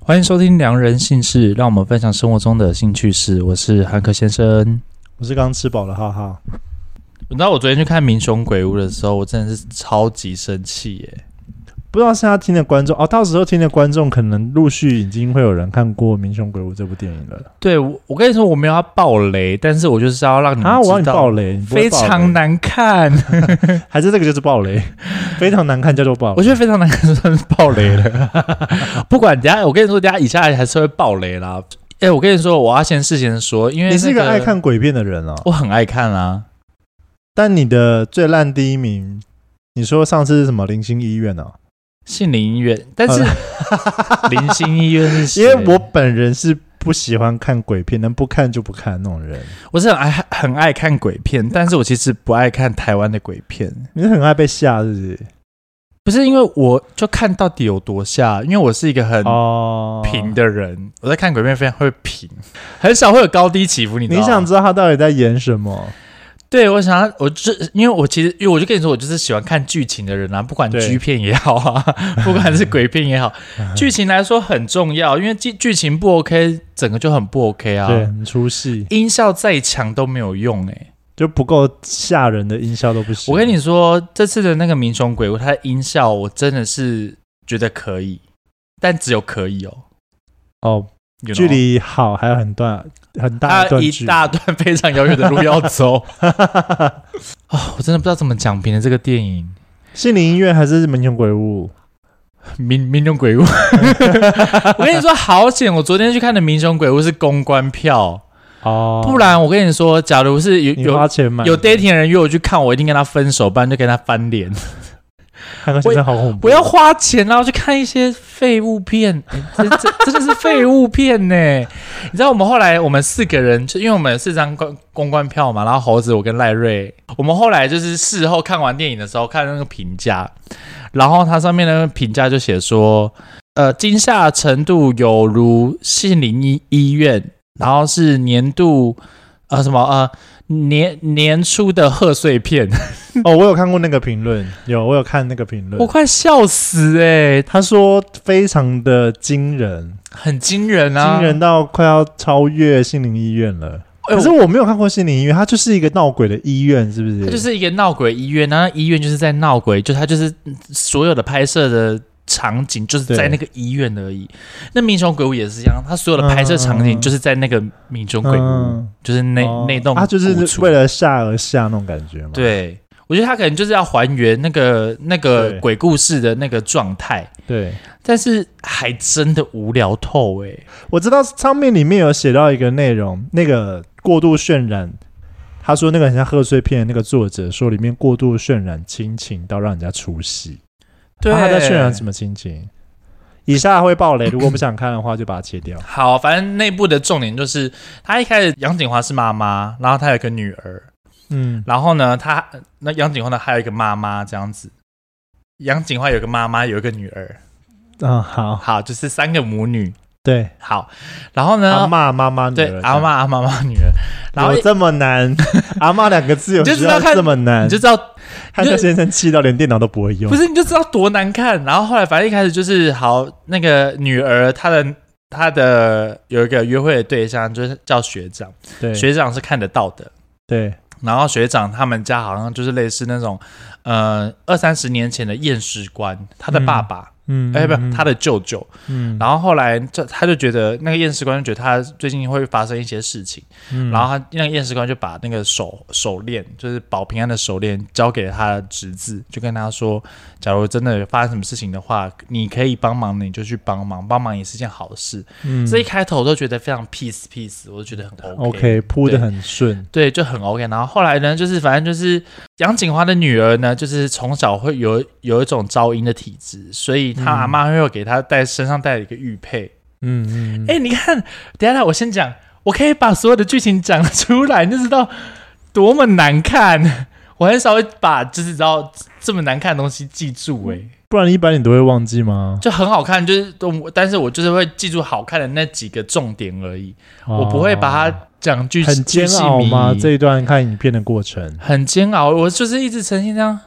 欢迎收听《良人姓氏》，让我们分享生活中的兴趣事。我是汉克先生。我是刚吃饱了，哈哈。你知道我昨天去看《民雄鬼屋》的时候，我真的是超级生气耶！不知道现在听的观众哦，到时候听的观众可能陆续已经会有人看过《民雄鬼屋》这部电影了。对，我我跟你说，我没有要爆雷，但是我就是要让你们啊，我让你嗯知道爆雷，你不非会爆雷常，难看，还是这个就是 爆雷，非常难看叫做爆我雷。觉得非常难看，算是爆雷了。 不管等一下，我跟你说，等一下以下还是会爆雷啦。哎、我跟你说，我要先事先说，因为、你是一个个爱，看鬼片的人哦，我很爱看啊。但你的最烂第一名，你说上次是什么零星医院哦？呃杏林医院，但是 林星医院是谁 因为我本人是不喜欢看鬼片，能不看就不看那种人。我是很爱很爱看鬼嗯片，但是我其实不爱看台湾的鬼片，你是很爱被吓，是不是？不是因为我就看到底有多吓，因为我是一个很哦平。的人，我在看鬼片非常会平，很少会有高低起伏，你知道你吗想知道他到底在演什么？对，我想要，我就因为我其实，因为我就跟你说，我就是喜欢看剧情的人啊，不管对 G 片也好啊，不管是鬼片也好，嗯剧情来说很重要，因为剧剧情不 OK，整个就很不 OK 对，啊。很出戏，音效再强都没有用哎、就不够吓人的音效都不行。我跟你说，这次的那个《民雄鬼屋》，它的音效我真的是觉得可以，但只有可以哦哦， ，you know，距离好还有很段很大它一段一距离。大段非常遥远的路要走啊、我真的不知道怎么讲评的这个电影。 心灵音乐还是门前鬼屋？民民雄 鬼屋，我跟你说好险！我昨天去看的民雄鬼屋是公关票，哦不然我跟你说，假如是有你花有钱买有 dating 的人约我去看，我一定跟他分手，不然就跟他翻脸。看个先生好恐怖。我要花钱然后去看一些废物 片，诶这这这就是废物片呢、你知道我们后来我们四个人，就因为我们有四张公公关票嘛，然后猴子我跟赖瑞，我们后来就是事后看完电影的时候看那个评价，然后它上面的评价就写说，呃，惊吓程度有如杏林医医院，然后是年度呃什么呃年年初的贺岁片，哦，我有看过那个评论，有我有看那个评我论，快笑死哎、他说非常的惊人，很惊人啊，惊人到快要超越心灵医院了。哎可是我没有看过心灵医院，它就是一个闹鬼的医院，是不是？它就是一个闹鬼医院，然后医院就是在闹鬼，就它就是嗯所有的拍摄的场景就是在那个医院而已。那民雄鬼屋也是一样，它所有的拍摄场景就是在那个民雄鬼屋，嗯就是那、哦那栋古厝，它就是为了吓而吓那种感觉嘛。，对。我觉得他可能就是要还原那个那个对鬼故事的那个状态，对，但是还真的无聊透哎、我知道上面里面有写到一个内容，那个过度渲染，他说那个很像贺岁片，那个作者说里面过度渲染亲情到让人家出戏。对，啊他在渲染什么亲情？以下会爆雷，如果不想看的话就把它切 掉。好，反正内部的重点就是，他一开始杨景华是妈妈，然后他有个女儿，嗯，然后呢，他呃那杨景华呢还有一个妈妈这样子。杨景华有个妈妈，有一个女儿，啊好，好，就是三个母女。对，好，然后阿呢，妈妈妈女儿呃对阿妈阿妈妈女儿，然后有这么 难？阿妈两个字有你就需知道要看这么难你就？知道汉克先生气到连电脑嗯都不会用不。是，你就知道多难看。然后后来反正一开始就是好，那个女儿她的她的有一个约会的对象就是叫学长，对学长是看得到的，对，然后学长他们家好像就是类似那种，呃，二三十年前的验尸官，他的爸爸，嗯哎、不，他的舅舅。嗯，然后后来就他就觉得那个验尸官就觉得他最近会发生一些事情，嗯然后他那个验尸官就把那个手手链，就是保平安的手链交给他的侄子，就跟他说，假如真的发生什么事情的话，你可以帮忙，你就去帮忙，帮忙也是件好事。嗯这一开头我都觉得非常 peace peace，我就觉得很 OK。 OK 铺对的很顺，对，就很 OK。然后后来呢，就是反正就是杨景华的女儿呢，就是从小会有有一种招阴的体质，所以她阿妈会给她带身上带一个玉佩。嗯嗯嗯哎、你看，等一下我先讲，我可以把所有的剧情讲出来，你就知道多么难看。 我很少会把就是知道这么难看的东西记住、哎，不然一般你都会忘记吗？就很好看，就是都，但是我就是会记住好看的那几个重点而已，我不会把哦它讲剧很煎熬吗？这一段看影片的过程，很煎熬，我就是一直呈现这样。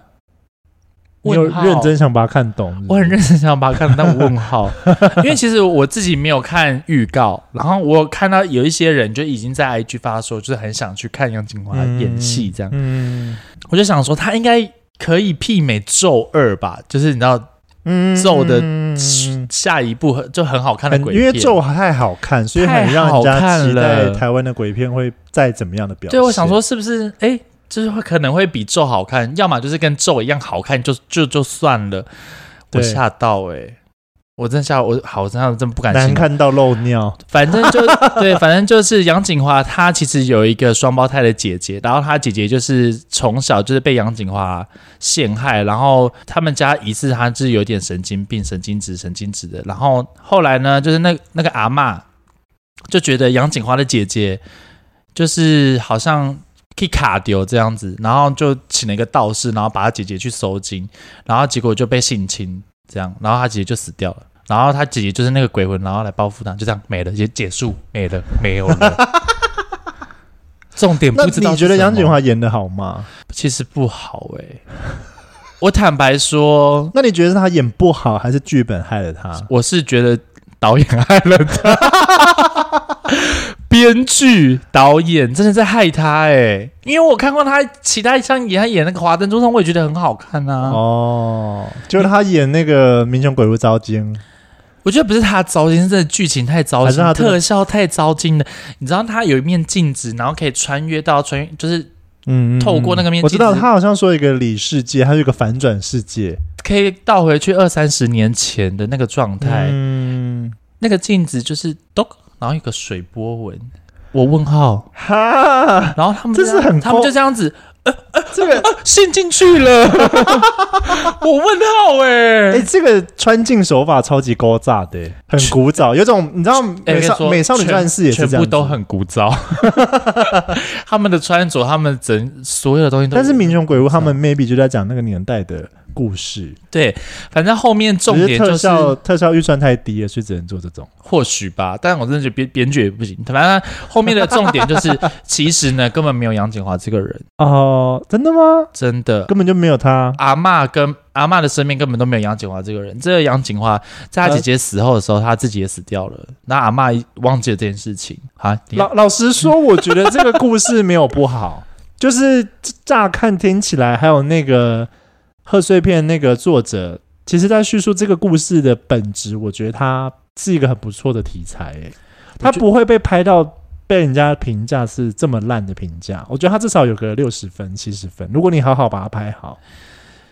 你有问号认真想把它看懂是不是我很认真想把它看当问 号，因为其实我自己没有看预告，然后我有看到有一些人就已经在 IG 发说，就是很想去看杨景华演戏这样，嗯我就想说他应该可以媲美咒二吧，就是你知道嗯咒的嗯下一部很就很好看的很鬼因片，为咒太好看，所以很让人太好家看期待了台湾的鬼片会再怎么样的表现。对我想说是不是哎。就是会可能会比咒好看，要么就是跟咒一样好看，就就就算了。我对吓到哎、我真吓我好，我真的真不敢难信看到漏尿，反正 就对，反正就是杨景华，她其实有一个双胞胎的姐姐，然后她姐姐就是从小就是被杨景华陷害，然后他们家疑似她是有点神经病、神经质、神经质的，然后后来呢，就是那那个阿嬷就觉得杨景华的姐姐就是好像。可以卡丢这样子，然后就请了一个道士，然后把她姐姐去收金，然后结果就被性侵，这样，然后他姐姐就死掉了。然后他姐姐就是那个鬼魂，然后来报复他，就这样没了，也结束，没了，没有了。 重点那不知道你是觉得杨什景么华演的好吗？其实不好哎、 我坦白说，那你觉得是他演不好，还是剧本害了他？我是觉得导演害了他， 编剧、导演真的在害他哎、因为我看过他其他像演他演那个《华灯初上》，我也觉得很好看啊。哦，就是他演那个《民雄鬼屋招奸》，我觉得不是他糟心，是真的剧情太糟还是心他，真的特效太糟心了。你知道他有一面镜子，然后可以穿越到穿越，就是嗯，嗯透过那个面嗯我知道镜子他好像说一个里世界，还有一个反转世界，可以倒回去二三十年前的那个状态。嗯，那个镜子就是咚，然后有个水波纹，我问号，哈，然后他们这就样是很他们疯就这样子这 个陷进去了， 我问号哎、哎、这个穿镜手法超级高炸的、很古早，有种你知哎道美跟你少、说美少女战士也是全这全样部子都，很古早， 他们的穿着，他们整所有的东西都，但是民雄鬼屋他们 maybe 就在讲那个年代的故事，对，反正后面重只点是特就是效特效预算太低了，所以只能做这种。或许吧，但我真的觉得编编剧也不行。反正后面的重点 就是，其实呢根本没有杨景华这个人，哦、真的吗？真的。根本就没有他。阿嬷跟阿嬷的身边根本都没有杨景华这个人。这个杨景华在他姐姐死后的时候，他自己也死掉了。那阿嬷忘记了这件事情啊，你老老实说，我觉得这个故事没有不好， 就是乍看听起来，还有那个贺岁片那个作者，其实在叙述这个故事的本质，我觉得它是一个很不错的题材、欸，它我觉不会被拍到。被人家评价是这么烂的评价，我觉得它至少有个六十分、七十分。如果你好好把它拍好，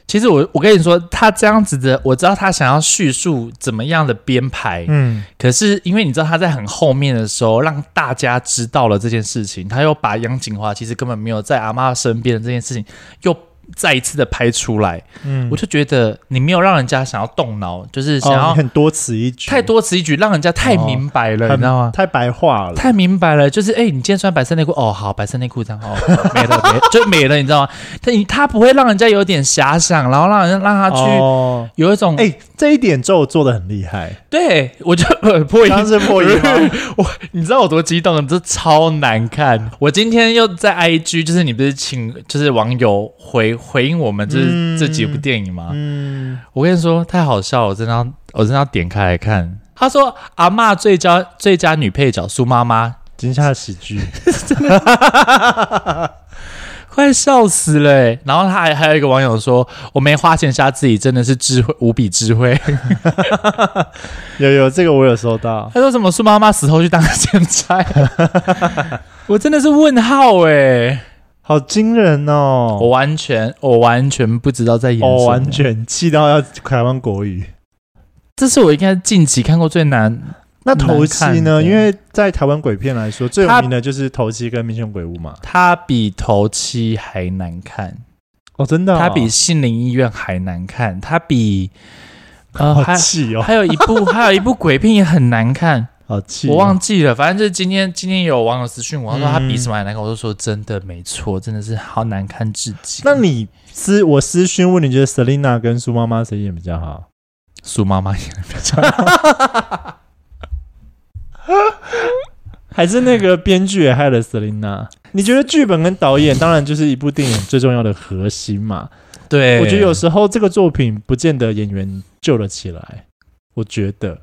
其实我我跟你说，他这样子的，我知道他想要叙述怎么样的编排，嗯，可是因为你知道他在很后面的时候让大家知道了这件事情，他又把杨景华其实根本没有在阿妈身边的这件事情又再一次的拍出来，嗯我就觉得你没有让人家想要动脑，就是想哦、要你很多此一举，太多此一举，让人家太明白了，很，你知道吗？太白话了，太明白了，就是哎、你今天穿白色内裤，哦，好，白色内裤这样，哦， 没了，没了就没了，你知道吗？他他不会让人家有点遐想，然后让人让他去、哦有一种，哎、这一点咒做的很厉害，对我就 破音刚刚是破音 哦吗？你知道我多激动，这超难看。我今天又在 IG，就是你不是请就是网友回回应我们这、嗯这几部电影吗？嗯，我跟你说太好笑了，我真的要我真的要点开来看。他说阿嬷最佳最佳女配角苏妈妈，惊吓喜剧，快笑死了、欸。然后他还还有一个网友说，我没花钱杀自己，真的是智慧无比智慧。 有有这个我有收到， 他说什么苏妈妈死后去当 奸差，我真的是问号哎、好惊人我哦！完全，我完全不知道在演什么。哦，完全气到要台湾国语。这是我应该近期看过最难。那头七难看呢？对因为在台湾鬼片来说，最有名的就是头七跟《民雄鬼屋》嘛。它比头七还难看，哦，真的哦、它比《心灵医院》还难看，它比呃好还气哦，还有一部还有一部鬼片也很难看，好气哦、我忘记了。反正就是今天今天有网友私讯我，他说他比嗯什么还难看，我就说真的没错，真的是好难看至极。 那你私我私讯问，你觉得 Selina 跟苏妈妈谁演比较好？苏妈妈演的比较还是那个编剧也害了 Selina？你觉得剧本跟导演当然就是一部电影最重要的核心嘛？对，我觉得有时候这个作品不见得演员救了起来。我觉得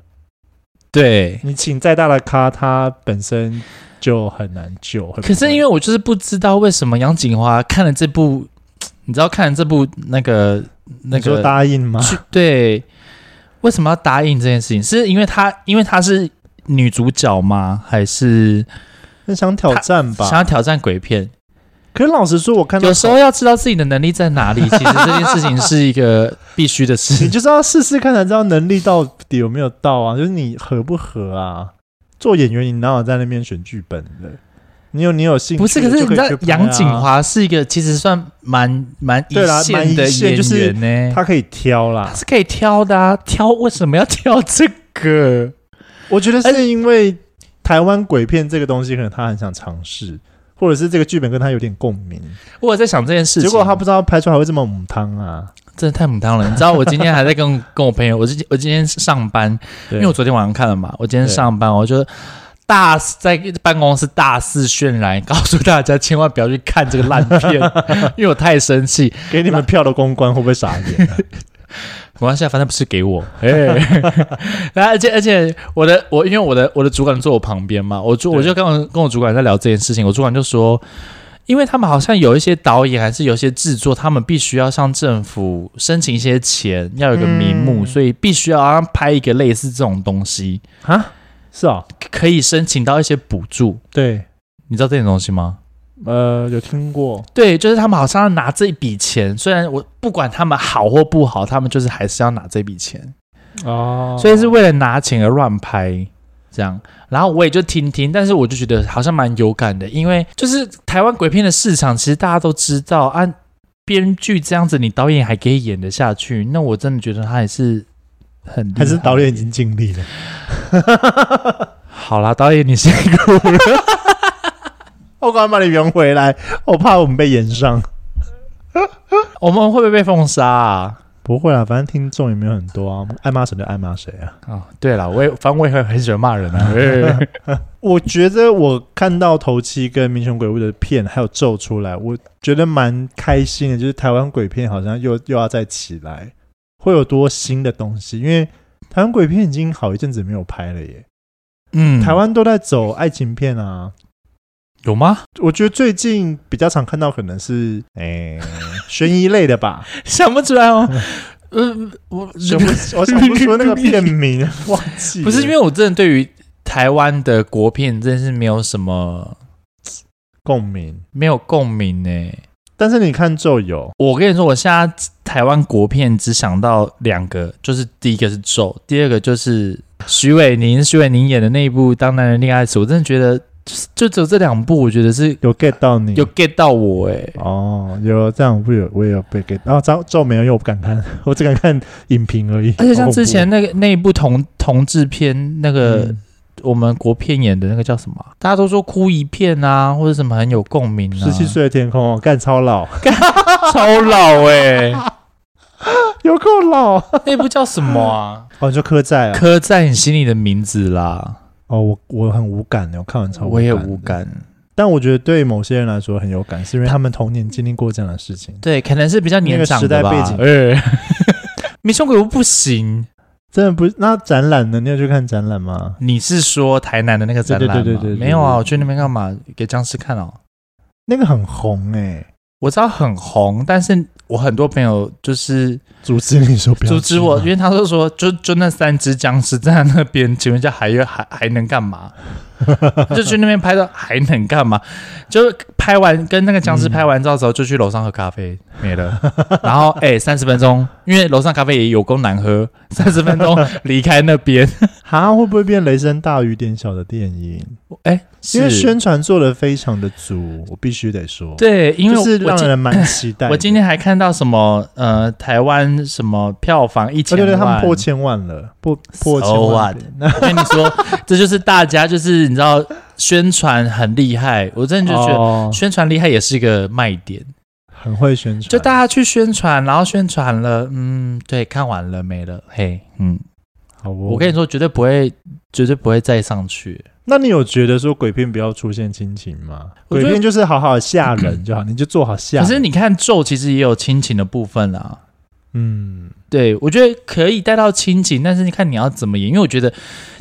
对。你请再大的咖，他本身就很难救。可是因为为我就是不知道为什么杨景华看了这部，你知道看了这部那个那你说个答应吗？去对，为什么要答应这件事情？是因为她因为她是女主角吗？还是很想挑战想吧。要挑战鬼片？可是老实说，我看到有时候要知道自己的能力在哪里，其实这件事情是一个必须的你事。就是要试试看才知道能力到底有没有到啊，就是你合不合啊。做演员，你哪有在那边选剧本的？你有你有兴趣，不是，可是你知道杨景景，华是一个其实算蛮蛮一对啦蛮线一的线演就是员呢、他可以他挑啦。是可以挑的啊，挑为什么要挑这个？我觉得是因为台湾鬼片这个东西，可能他很想尝试，或者是这个剧本跟他有点共鸣，我有在想这件事情，结果他不知道拍出来会这么母汤啊。真的太母汤了。你知道我今天还在跟跟我 朋友，我今我今天上班，因因为我昨天晚上看了嘛，我今天上班，我就大肆在办公室大肆渲染， 告诉大家千万不要去看这个烂片， 因为我太生气。给你们票的公关会不会傻 眼、啊？没关系啊，反正不是给 我。哎、 然后而且而且我的我因为我的我的主管坐我旁边嘛，我就对我就跟我跟我主管在聊这件事情，我主管就说，因为他们好像有一些导演还是有一些制作，他们必须要向政府申请一些钱，要有一个名目，嗯所以必须要让他拍一个类似这种东西，啊，是哦，可以申请到一些补助。对，你知道这种东西吗？呃，有听过，对，就是他们好像要拿这一笔钱，虽然我不管他们好或不好，他们就是还是要拿这笔钱。哦所以是为了拿钱而乱拍这样。然后我也就听听，但是我就觉得好像蛮有感的，因为就是台湾鬼片的市场，其实大家都知道，按、编剧这样子，你导演还可以演得下去，那我真的觉得他还是很厉害还是导演已经尽力了。好啦，导演你辛苦了。我赶快把你圆回来，我怕我们被延上。我们会不会被封杀啊？不会啊，反正听众也没有很多啊，我们爱骂谁就爱骂谁啊。哦，对了，我也反正我也很很喜欢骂人啊。 哎我觉得我看到头七跟《民雄鬼屋》的片，还有咒出来，我觉得蛮开心的。就是台湾鬼片好像又又要再起来，会有多新的东西？因为台湾鬼片已经好一阵子没有拍了耶，嗯，台湾都在走爱情片啊。有吗？我觉得最近比较常看到可能是诶、悬疑类 的吧，想不出来 哦。嗯，我想不我想不出那个 片名，忘记了不是因为我真的对于台湾的国片真的是没有什么共鸣。没有共鸣呢、但是你看咒有，我跟你说，我现在台湾国片只想到两个，就是第一个是《咒》，第二个就是徐伟宁，徐伟宁演的那一部《当男人恋爱时》，我真的觉得就是就只有这两部，我觉得是有 get 到你，有 get 到我哎、哦，有这样，我有我也有被哦 get，然后咒咒没有，因为我不敢看， 我只敢看影评而已。哦而且像好恐怖之前那个那一部同同志片，那个、嗯我们国片演的那个叫什么啊？大家都说哭一片啊，或者什么很有共鸣啊，十七岁的天空，哦干超 老，超老 哎、有够老。那部叫什么 啊？哦，你说柯在啊？刻在你心里的名字啦，哦，我我很无感的，我看完超我也无的。感。但我觉得对某些人来说很有感，是因为他们童年经历过这样的事情，对，可能是比较年长的吧。那个时代哎， 迷踪鬼屋不行。真的不。那展览呢？你有去看展览吗？你是说台南的那个展览吗？对对对对对对没有啊，我去那边干嘛？给僵尸看哦。那个很红哎，我知道很红，但是我很多朋友就是阻止你说不要去阻止我，吗因为他就说，就就那三只僵尸站在那边，请问一下还有还还能干嘛？ 就去那边拍照还能干嘛？就是拍完跟那个僵尸拍完照之后，就去楼上喝咖啡，没 了。然后哎，三、十分钟，因为楼上咖啡也有够难喝，三十分 钟离开那边，哈，会不会变雷声大雨点小的电影？哎、因为是宣传做的非常的足，我必须得说，，对，因为我是我让今人 蛮期待的。我今天还看到什么呃，台湾什么票房一哦，千对万，对，他们破千万了，破破 So 千万遍。那跟你说，这就是大家就是你知道宣传很厉害，我真的就觉得哦宣传厉害也是一个卖点，很会宣传，就大家去宣传，然后宣传了，嗯，对，看完了没了，嘿，嗯，好哦，我跟你说，绝对不会，绝对不会再上去。那你有觉得说鬼片不要出现亲情吗？我觉鬼得片就是好好吓人就好，你就做好吓可人。是你看咒其实也有亲情的部分啊。嗯，对，我觉得可以带到亲情，但是你看你要怎么演，因为我觉得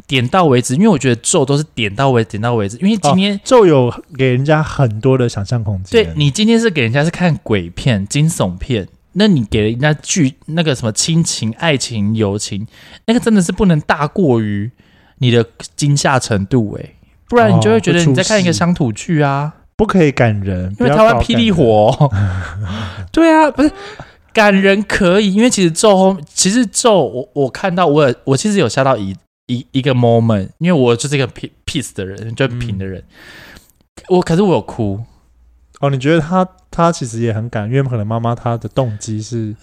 点到为止，因为我觉得咒都是点到为止，点到为止。因为哦今天、就有给人家很多的想象空间。对你今天是给人家是看鬼片、惊悚片，那你给人家剧那个什么亲情、爱情、友情，那个真的是不能大过于你的惊吓程度诶、不然你哦就会觉得你在看一个乡土剧啊。不可以感人，因为不要台湾搞霹感雳人，火， 对啊，不是感人可以，因为其实咒后，其实咒我我看到我有我其实有吓到一一一个 moment，因为我就是一个 pe- peace 的人，就平的人，我可是我有哭，哦，你觉得他他其实也很感人，因为可能妈妈她的动机是，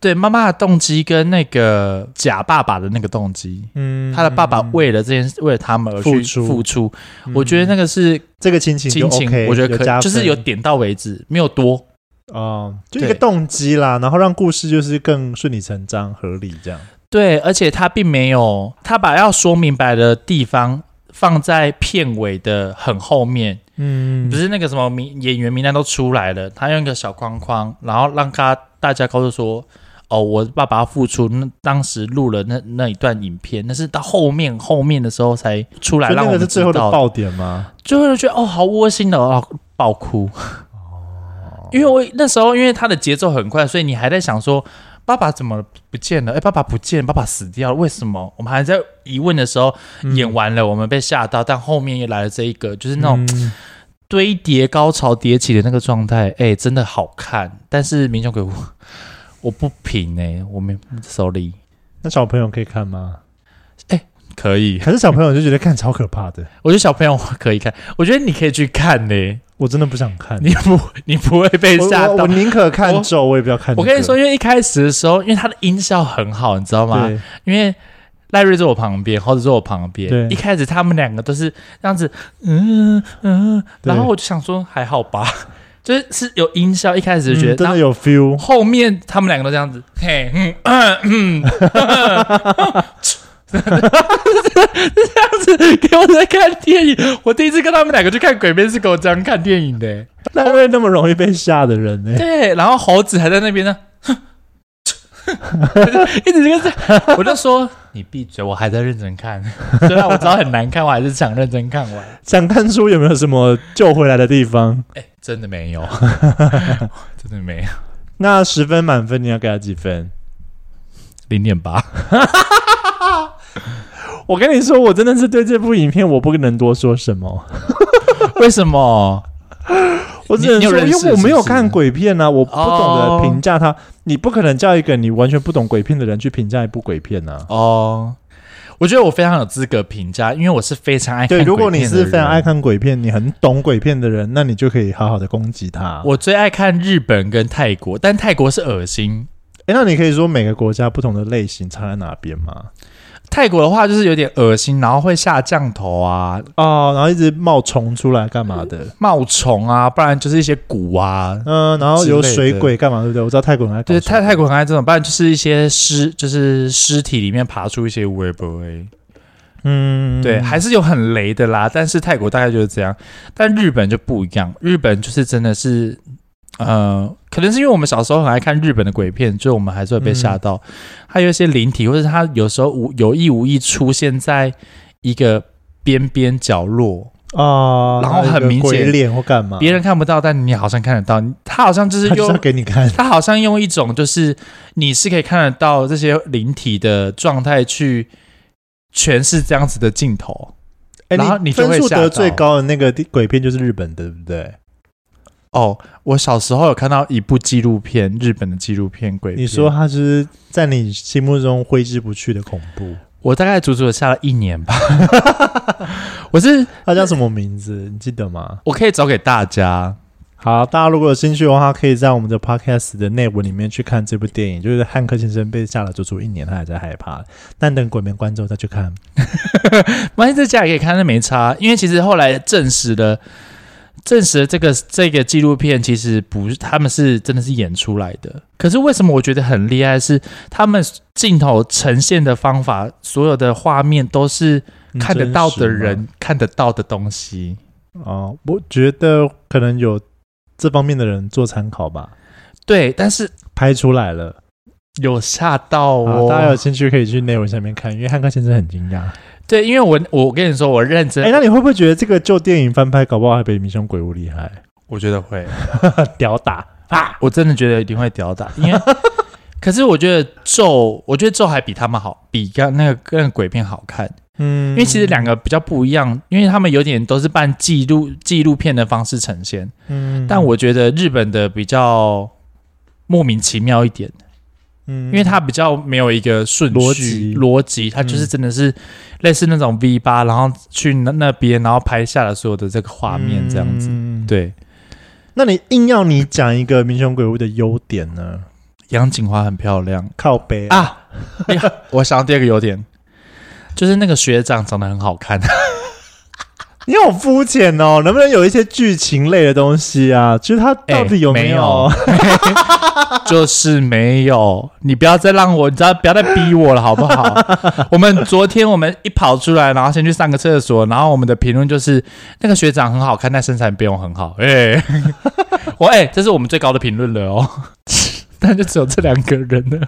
对妈妈的动机跟那个假爸爸的那个动机。嗯，他的爸爸为了这件事，为了他们而去付出付出，嗯我觉得那个是这个亲情就亲情 OK，，我觉得可加以，就是分有点到为止，没有多。哦，就一个对动机啦，然后让故事就是更顺理成章、合理这样。对，而且他并没有，他把要说明白的地方放在片尾的很后面，嗯不，是那个什么名演员名单都出来了，他用一个小框框，然后让他大家告诉说，哦，我爸爸付出，那当时录了那那一段影片，那是到后面后面的时候才出来，所以让那我个们是知最后的道的，爆点吗？就会觉得哦，好窝心的哦，爆哭。因为我那时候因为他的节奏很快，所以你还在想说爸爸怎么不见了？哎，爸爸不见了，爸爸死掉了，为什么？我们还在疑问的时候，嗯演完了，我们被吓到，但后面又来了这一个，就是那种嗯堆叠高潮迭起的那个状态，哎，真的好看。但是《民雄鬼屋》 我不评哎、我没 sorry，那小朋友可以看吗？可以， 可是小朋友就觉得看超可怕的，我觉得小朋友可以看，我觉得你可以去看呢、我真的不想看。你不你不会被我吓嗯我到我。宁可看我咒，我也不要看、我跟你说，，因为一开始的时候，因为它的音效很好，你知道吗？对，因为赖瑞坐我旁边，猴子坐我旁对边，一开始他们两个都是这样子，嗯嗯，对然后我就想说还好吧， 就是是有音效，一开始就觉嗯得，真然的后有 feel。后面他们两个都这样子，嘿，嗯嗯嗯，嗯这样子给我在看电影，我第一次跟他们两个去看鬼片是给我这样看电影的、赖瑞那么容易被吓的人呢、对，然后猴子还在那边呢，一直跟着，我就说你闭嘴，我还在认真看，虽然我知道很难看，我还是想认真看完。 想看出有没有什么救回来的地方。哎，真的没有， 真的没有，那十分满分，你要给他几分？零点八。我跟你说，我真的是对这部影片我不能多说什么，为什么？我只能你你有说，认识因为我没有是不是看鬼片啊，我不懂哦得评价它。你不可能叫一个你完全不懂鬼片的人去评价一部鬼片啊。哦，我觉得我非常有资格评价，因为我是非常爱看对，如果鬼你片的是非常人啊爱，看鬼片，你很懂鬼片的人，那你就可以好好的攻击他。我最爱看日本跟泰国，但泰国是恶心，哎，那你可以说每个国家不同的类型差在哪边吗？泰国的话就是有点恶心，然后会下降头啊，哦，然后一直冒虫出来干嘛的？冒虫啊，不然就是一些蛊啊。嗯，然后之类有的水鬼干嘛，对不对？我知道泰国人爱搞对，水鬼泰泰国很爱这种，不然就是一些尸，就是尸体里面爬出一些微博诶。嗯，对，还是有很雷的啦。但是泰国大概就是这样，但日本就不一样，日本就是真的是，呃，可能是因为我们小时候很爱看日本的鬼片，就我们还是会被嗯吓到。它有一些灵体，或者它有时候无有意无意出现在一个边边角落，啊，然后很有个明显鬼脸或干嘛，别人看不到，但你好像看得到。它好像就是嗯他就是用要给你看，他好像用一种就是你是可以看得到这些灵体的状态去诠释这样子的镜头哎然后你就分会数吓到得最高的那个地鬼片就是日本的，对不对？哦。我小时候有看到一部纪录片，日本的纪录片鬼片你说它是在你心目中挥之不去的恐 怖，我大概足足有下了一年吧。 我是它叫什么名字？你记得吗？我可以找给大家，好，大家如果有兴趣的话，可以在我们的 podcast 的内文里面去看这部电影。就是汉克先生被吓了足足一年，他还在害怕，但等鬼门关之后再去看。万一在家也可以看，那没差。因为其实后来证实了，证实了这个这个纪录片其实不是，他们是真的是演出来的。可是为什么我觉得很厉害是，他们镜头呈现的方法，所有的画面都是嗯看得到的人看得到的东西。哦，我觉得可能有这方面的人做参考吧，对，但是拍出来了，有吓到好哦。啊大家有兴趣可以去内容下面看，因为汉克先生很惊讶。对，因为我我跟你说，我认真，哎、那你会不会觉得这个旧电影翻拍，搞不好还比《迷凶鬼屋》厉害？我觉得会，屌打啊！我真的觉得一定会屌打， 因为可是我觉得咒，我觉得咒还比他们好，比刚那个那个鬼片好看。嗯，因为其实两个比较不一样，因为他们有点都是办纪录纪录片的方式呈现，嗯，但我觉得日本的比较莫名其妙一点，嗯，因为它比较没有一个顺逻序辑嗯逻辑，它就是真的是类似那种 V 八，然后去那那边，然后拍下了所有的这个画面这样子。嗯，对，那你硬要你讲一个《迷凶鬼屋》的优点呢？杨景华很漂亮靠背啊， 啊！哎呀我想到第二个优点，就是那个学长长得很好看。 你好肤浅哦！能不能有一些剧情类的东西啊？就是它到底有哎没有？？就是没有，你不要再让我，你知道，不要再逼我了，好不好？ 我们昨天我们一跑出来，然后先去上个厕所，然后我们的评论就是那个学长很好看，但身材没有很 好。哎、我哎、这是我们最高的评论了哦。 但就只有这两个人呢，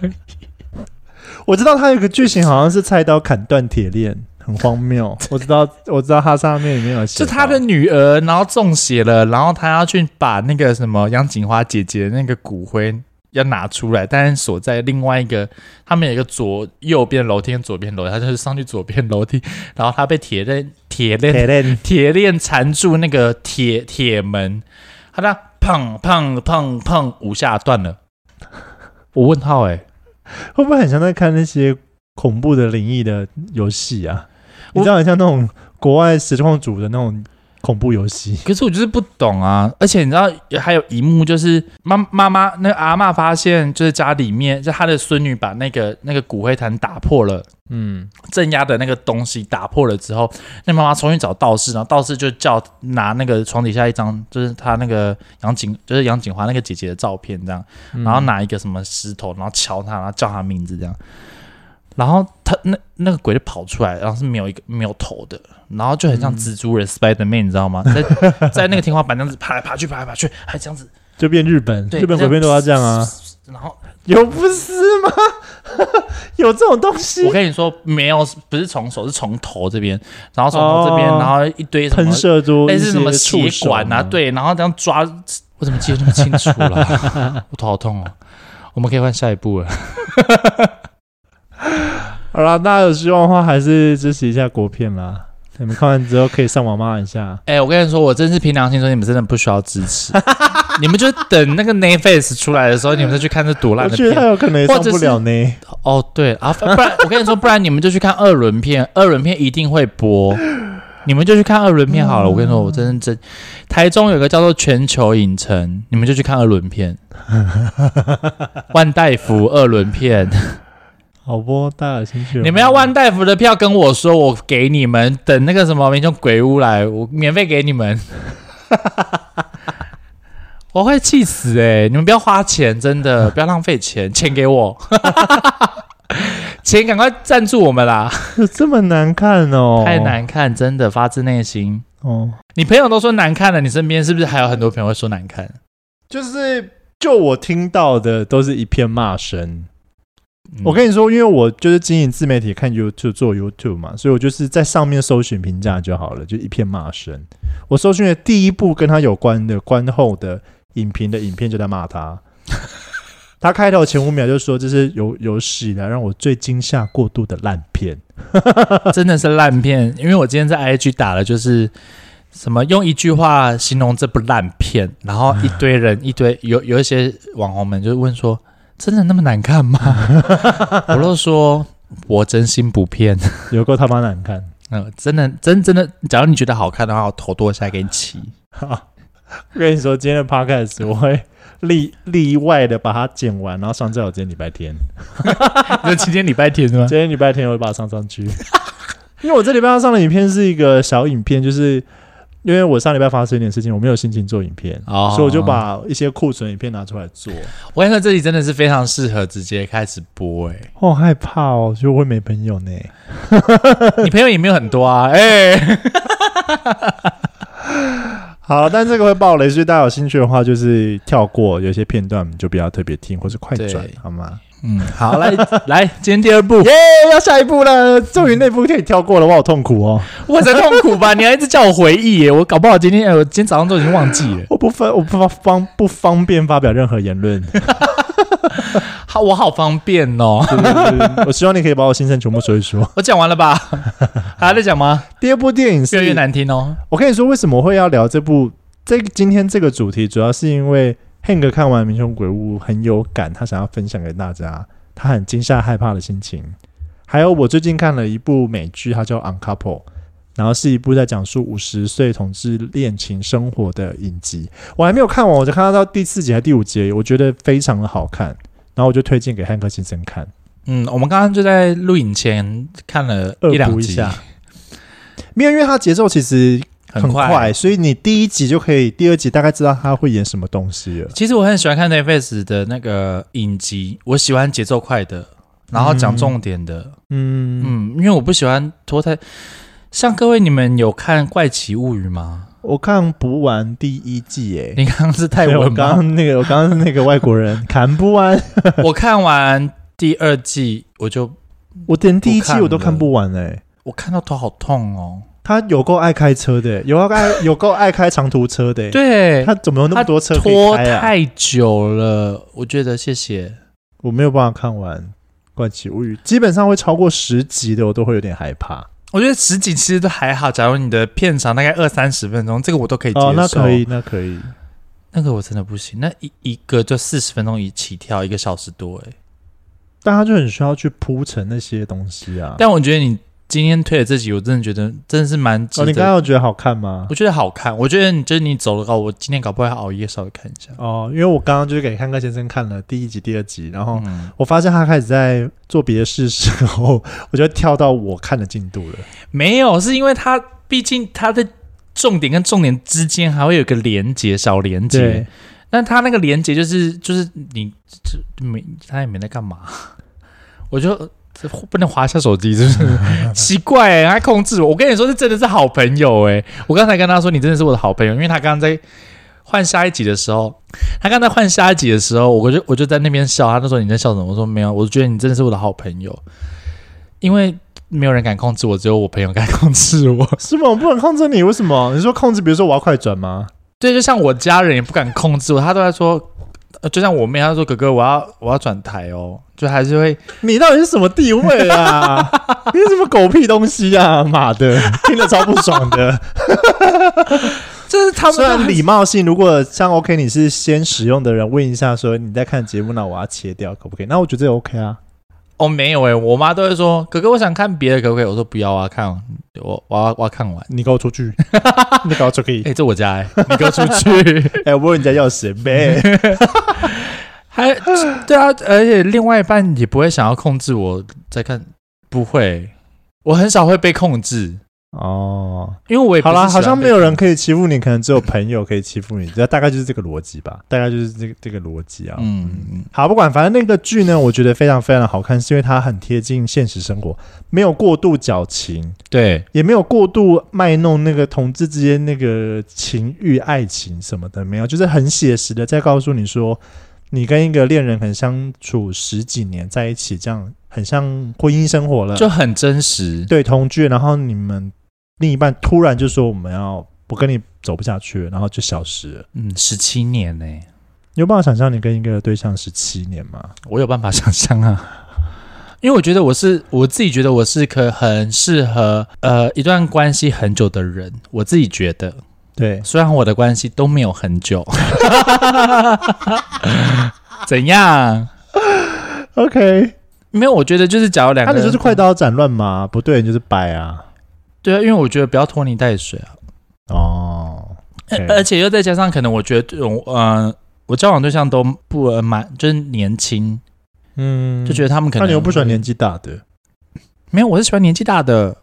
我知道它有一个剧情好像是菜刀砍断铁链，很荒谬。 我知道，我知道它上面里面有写就到，他的女儿，然后中邪了，然后他要去把那个什么杨锦华姐姐那个骨灰要拿出来，但是锁在另外一个，他们有一个左右边楼梯跟左边楼梯，他就是上去左边楼梯，然后他被铁链 铁链铁链。铁链缠住那个铁铁门，他那砰砰砰砰五下断了。我问号哎、欸会不会很像在看那些恐怖的灵异的游戏啊？我你知道，很像那种国外实况组的那种恐怖游戏。可是我就是不懂啊，而且你知道还有一幕就是妈妈妈那个阿嬷发现就是家里面就她的孙女把那个那个骨灰坛打破了，嗯，镇压的那个东西打破了之后，那妈妈重新找道士，然后道士就叫拿那个床底下一张就是她那个杨景就是杨景华那个姐姐的照片这样，然后拿一个什么石头，然后敲她，然后叫她名字这样。然后他那那个鬼就跑出来，然后是没有一个没有头的，然后就很像蜘蛛人、Spider Man，你知道吗？在在那个天花板这样子爬来爬去，爬来爬去，还这样子，就变日本，对日本鬼片都要这样啊？然后有不是吗？ 有这种东西我？跟你说，没有，不是从手，是从头这边，然后从头这边，哦然后一堆什么喷射出类似哎什么一血些触管啊，手，对，然后这样抓，我怎么记得那么清楚 了？我头好痛哦。我们可以换下一步了。好啦，大家有希望的话，还是支持一下国片啦。你们看完之后可以上网骂一下。哎、我跟你说，我真是凭良心说，你们真的不需要支 持，你们就等那个 n a face 出来的时候，你们再去看这多烂我的觉得他片。有可能也上不了呢。哦，对啊，不然我跟你说，不然你们就去看二轮片，二轮片一定会播，你们就去看二轮片好了。我跟你说，我真的真，台中有个叫做全球影城，你们就去看二轮片，万代福二轮片。好不，大家有兴趣的话？你们要万大夫的票跟我说，我给你们。等那个什么民众鬼屋来，我免费给你们。 我会气死哎、你们不要花钱，真 的不要浪费钱，钱给我， 钱赶快赞助我们啦！有这么难看哦？太难看，真的发自内心。哦。你朋友都说难看了，你身边是不是还有很多朋友会说难看？就是就我听到的都是一片骂声。嗯我跟你说，因为我就是经营自媒体，看 YouTube 做 YouTube 嘛，所以我就是在上面搜寻评价就好了，就一片骂声。我搜寻的第一部跟他有关的观后的影评的影片就在骂他。他开头前五秒就说：“这是有有史以来让我最惊吓过度的烂片。 真的是烂片，因为我今天在 IG 打了，就是什么用一句话形容这部烂片，然后一堆 人一堆有有一些网红们就问说，真的那么难看 吗？我都说我真心不骗，” 有够他妈难看！嗯、真的真真的，假如你觉得好看的话，我头剁下来给你骑。我跟你说，今天的 podcast 我会例例外的把它剪完，然后上在我今天礼拜天。 那今天礼拜天 是吗？今天礼 拜天我会把它上上去，因为我这礼拜要上的影片是一个小影片，就是因为我上礼拜发生一点事情，我没有心情做影片， 哦所以我就把一些库存影片拿出来做。我跟你说，这里真的是非常适合直接开始播哎、 好、害怕哦，就会没朋友呢。你朋友也没有很多啊，哎、 好，但这个会爆雷，所以大家有兴趣的话，就是跳过，有些片段我们就不要特别听，或是快转对，好吗？嗯，好，来 来，今天第二部，耶、要下一步了，终于那部可以跳过了，我好痛苦哦！ 我才痛苦吧？你还一直叫我回忆耶，我搞不好今天，哎我今天早上都已经忘记了。我不方，我不方不方便发表任何言论。 好，我好方便哦。 对对对对我希望你可以把我心声全部说一说。我讲完了 吧？还要再讲吗？第二部电影是越来越难听哦。我跟你说，为什么会要聊这部？这今天这个主题主要是因为 Hank 看完《民雄鬼屋》很有感，他想要分享给大家他很惊吓害怕的心情。还有我最近看了一部美剧，它叫《Uncouple》，然后是一部在讲述五十岁同志恋情生活的影集。我还没有看完，我就看到到第四集还第五集而已，我觉得非常的好看，然后我就推荐给汉克先生看。嗯，我们刚刚就在录影前看了恶补一两一集，下没有，因为它节奏其实很快。所以你第一集就可以，第二集大概知道他会演什么东西了。其实我很喜欢看 Netflix 的那个影集，我喜欢节奏快的，然后讲重点的。嗯嗯因为我不喜欢拖太。像各位，你们有看《怪奇物语》吗？我看不完第一季耶、你刚刚是泰对我文刚吗？刚那个，我刚刚那个外国 人看不完，我看完第二季，我就我连第一季不看了我都看不完哎、我看到头好痛哦。他有够爱开车的、有够爱 有够爱开长途车的、，对，他怎么有那么多车可以拖开啊？太久了，我觉得谢谢。我没有办法看完《怪奇物语》，基本上会超过十集的，我都会有点害怕。我觉得十几其实都还好，假如你的片长大概二三十分钟，这个我都可以接受。哦，那可以，，那可以。那个我真的不行。那一一个就四十分钟一起跳，一个小时多哎、但他就很需要去铺陈那些东西啊。但我觉得你今天推的这集，我真的觉得真的是蛮值哦，你刚得。刚有觉得好看吗我？觉得好看，我觉得你就是你走了后，我今天搞不好要熬夜稍微看一下。哦，因为我刚刚就是给汉克先生看了第一集、第二集，然后嗯，我发现他开始在做别的事时候， 我就跳到我看的进度了。没有，是因为它毕竟它的重点跟重点之间还会有一个连接，小连接。，但他那个连接就是就是你这这没他也没在干嘛， 我就呃这不能滑一下手机，是 不是？奇怪、欸，他控制我。我跟你说，这真的是好朋友哎、我刚才跟他说，你真的是我的好朋友，因为他刚刚在换下一集的时候，他刚才换下一集的时候，我就我就在那边笑，他就说你在笑什么？我说没有，啊我觉得你真的是我的好朋友，因为没有人敢控制我，只有我朋友敢控制我。是吗？我不能控制你，为什么？你说控制，比如说我要快转吗？对，就像我家人也不敢控制我，他都在说，呃就像我妹，她说哥哥，我要我要转台哦，就还是 会你到底是什么地位啊？ 你是什么狗屁东西啊？妈 的，听得超不爽的。就是他虽们然都礼貌性，如果像 OK，你是先使用的人，问一下说你在看节目，那我要切掉，可不可以？那我觉得这 OK 啊。哦没有哎、我妈都会说哥哥，我想看别的，可不可以？我说不要啊，看我我要我要看完。你给我出 去，你给我出去 哎、。这我家哎、你给我出去！哎、我问你家钥匙 呗。还对啊，而且另外一半也不会想要控制我在看，不会，我很少会被控制，哦，因为我也不好是啦，喜好欢像被没有人可以欺负你，可能只有朋友可以欺负你，这大概就是这个逻辑吧，大概就是这个这个逻辑啊。嗯嗯好，不管，反正那个剧呢，我觉得非常非常的好看，是因为它很贴近现实生活，没有过度矫情，对也没有过度卖弄那个同志之间那个情欲、爱情什么的，没有，就是很写实的在告诉你说，你跟一个恋人很相处十几年在一起，这样很像婚姻生活了，就很真实。对同居，然后你们另一半突然就说我们要不跟你走不下去了，然后就消失了。嗯，十七年呢、欸你有办法想象你跟一个对象十七年吗？我有办法想象啊， 因为我觉得我是我自己觉得我是可很适合呃一段关系很久的人，我自己觉得，对，虽然我的关系都没有很久， 怎样？ ，OK，没有，我觉得就是假如两那、个人，你就是快刀斩乱麻，不对，你就是掰啊。对啊，因为我觉得不要拖泥带水啊，哦而 OK 而且又再加上可能我觉得这种呃，我交往对象都不呃蛮就是年轻，嗯就觉得他们可那能你又不喜欢年纪大的，没有，我是喜欢年纪大的。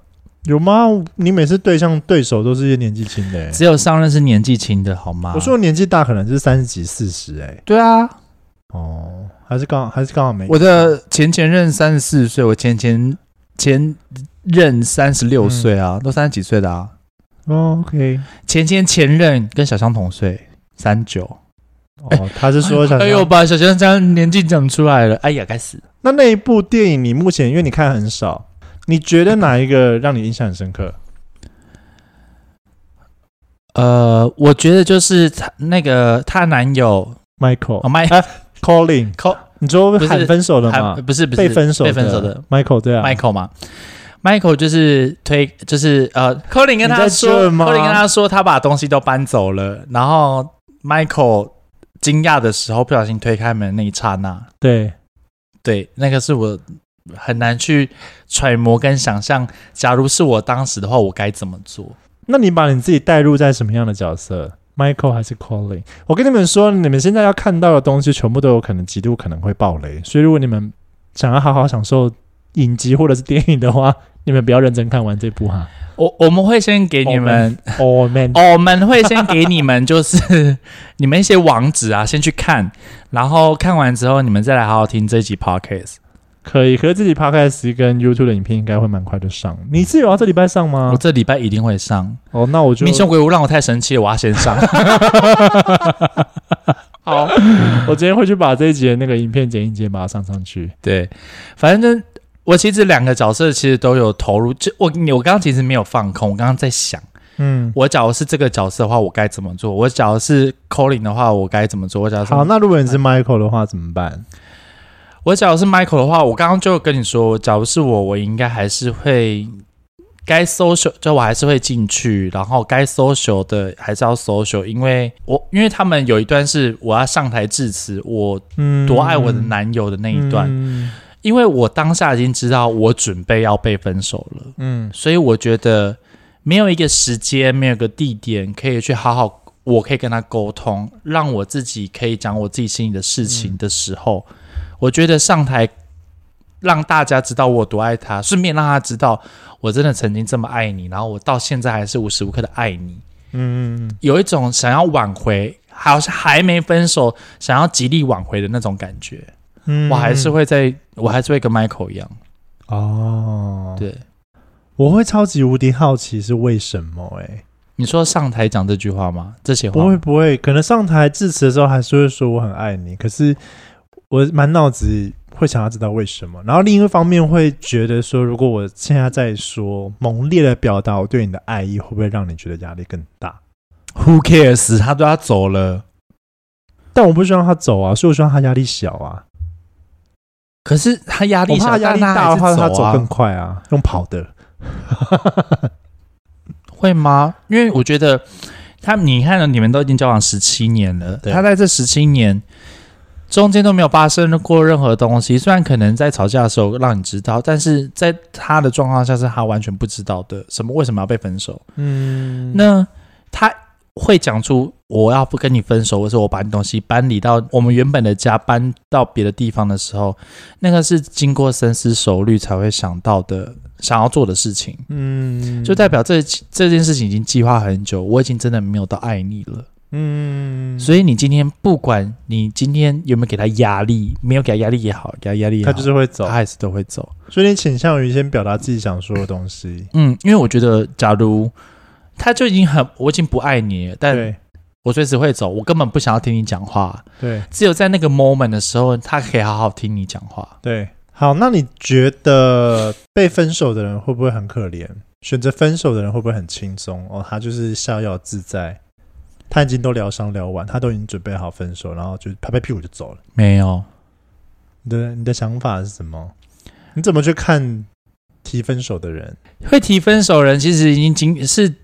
有吗？你每次对象对手都是一些年纪轻的、欸，只有上任是年纪轻的好吗？我说年纪大可能是三十几、四十，哎，对啊，哦，还是刚还是刚好没我的前前任三十四岁，我前前前任三十六岁啊，都三十几岁的啊，哦，OK，前前前任跟小香同岁，三九。哦，他是说想哎呦，把小香这样年纪讲出来了，哎呀，该死！那那一部电影，你目前因为你看很少，你觉得哪一个让你印象很深刻？呃，我觉得就是她那个她男友 Michael、哦，麦啊 Colin， Col- 你说不是喊分手了还吗？不是不是被分手被分手的 Michael 对啊 Michael 嘛，Michael 就是推就是呃，Colin 跟你他在说这吗，Colin 跟他说他把东西都搬走了，然后 Michael 惊讶的时候不小心推开门那一刹那，对，对，那个是我很难去揣摩跟想象，假如是我当时的话，我该怎么做？那你把你自己带入在什么样的角色？Michael 还是 Colin？我跟你们说，你们现在要看到的东西，全部都有可能极度可能会爆雷，所以如果你们想要好好享受影集或者是电影的话，你们不要认真看完这部哈。我我们会先给你们， Oh man，哦我们会先给你们就是 你们一些网址啊，先去看，然后看完之后你们再来好好听这一集 podcast。可以，可是自己 podcast 跟 YouTube 的影片应该会蛮快就上。你是有要这礼拜上吗我？这礼拜一定会上。哦，那我就命凶鬼屋让我太生气了，我要先 上。好，我今天会去把这一集的那个影片剪一剪，把它上上去。对，反正我其实两个角色其实都有投入。就我我刚刚其实没有放空，我刚刚在想，嗯，我假如是这个角色的话，我该怎么做？我假如是 Colin 的话，我该怎么做？我假如是好，那如果你是 Michael 的话怎么办？我假如是 Michael 的话，我刚刚就跟你说，假如是我，我应该还是会该 social，就我还是会进去，然后该 social 的还是要 social，因为我因为他们有一段是我要上台致辞，我嗯，多爱我的男友的那一段，嗯因为我当下已经知道我准备要被分手了，嗯所以我觉得没有一个时间，没有一个地点可以去好好，我可以跟他沟通，让我自己可以讲我自己心里的事情的时候，我觉得上台让大家知道我多爱他，顺便让他知道我真的曾经这么爱你，然后我到现在还是无时无刻的爱你，嗯嗯，有一种想要挽回，好像还没分手，想要极力挽回的那种感觉。嗯我还是会在，我还是会跟 Michael 一样，哦，对。我会超级无敌好奇是为什么哎、你说上台讲这句话吗？这些话不会不会，可能上台致辞的时候还是会说我很爱你，可是我满脑子会想要知道为什么，然后另一方面会觉得说，如果我现在在说猛烈的表达我对你的爱意，会不会让你觉得压力更大？ Who cares？他都要走了。但我不希望他走啊，所以我希望他压力小啊，可是他压力我小，怕他压力但大的还话，是他走走啊更快啊，用跑的，会吗？因为我觉得他，你看了，你们都已经交往十七年了，对他在这十七年中间都没有发生过任何东西。虽然可能在吵架的时候让你知道，但是在他的状况下是他完全不知道的，什么为什么要被分手？嗯那他会讲出我要不跟你分手，或者我把你东西搬离到我们原本的家，搬到别的地方的时候，那个是经过深思熟虑才会想到的，想要做的事情，嗯就代表这这件事情已经计划很久，我已经真的没有到爱你了。嗯，所以你今天不管你今天有没有给他压力，没有给他压力也好，给他压力也好，他就是会走他，啊还是都会走。所以你倾向于先表达自己想说的东西，嗯，因为我觉得，假如他就已经很，我已经不爱你了，但对我随时会走，我根本不想要听你讲话。对。只有在那个 moment 的时候，他可以好好听你讲话。对，好，那你觉得被分手的人会不会很可怜？选择分手的人会不会很轻松？哦，他就是逍遥自在，他已经都疗伤疗完，他都已经准备好分手，然后就拍拍屁股就走了。没有，你的你的想法是什么？你怎么去看提分手的人？会提分手人其实已经经是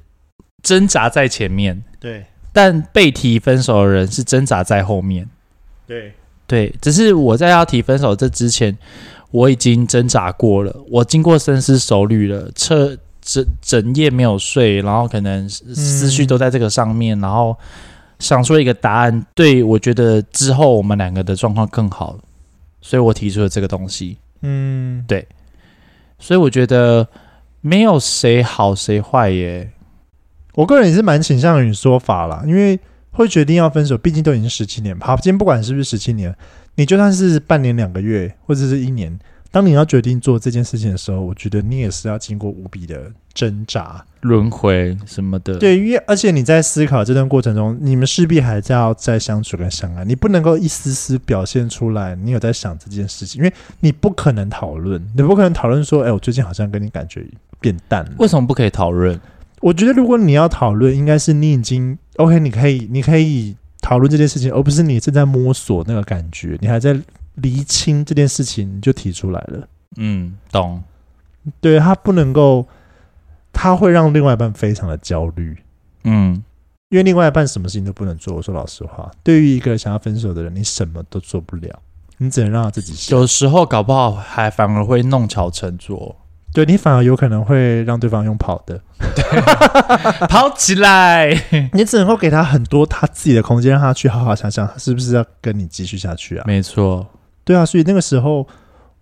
挣扎在前面，对但被提分手的人是挣扎在后面。对，对，只是我在要提分手这之前，我已经挣扎过了，我经过深思熟虑了，彻整整夜没有睡，然后可能思绪都在这个上面，然后想出一个答案，对我觉得之后我们两个的状况更好，所以我提出了这个东西。嗯所以我觉得没有谁好谁坏耶。我个人也是蛮倾向于说法啦，因为会决定要分手，毕竟都已经十七年。好，今天不管是不是十七年，你就算是半年、两个月或者是一年，当你要决定做这件事情的时候，我觉得你也是要经过无比的挣扎。轮回什么的，，对，因为而且你在思考这段过程中，你们势必还是要再相处跟相爱，你不能够一丝丝表现出来你有在想这件事情，因为你不可能讨论，你不可能讨论说，哎、我最近好像跟你感觉变淡了。为什么不可以讨论？我觉得如果你要讨论，应该是你已经 OK，你可以你可以讨论这件事情，而不是你正在摸索那个感觉，你还在厘清这件事情，你就提出来了。嗯，懂。对他不能够，他会让另外一半非常的焦虑，嗯，因为另外一半什么事情都不能做。我说老实话，对于一个想要分手的人，你什么都做不了，你只能让他自己想。有时候搞不好还反而会弄巧成拙，对你反而有可能会让对方用跑的， 跑起来。你只能够给他很多他自己的空间，让他去好好想想，他是不是要跟你继续下去啊？没错，对啊，所以那个时候，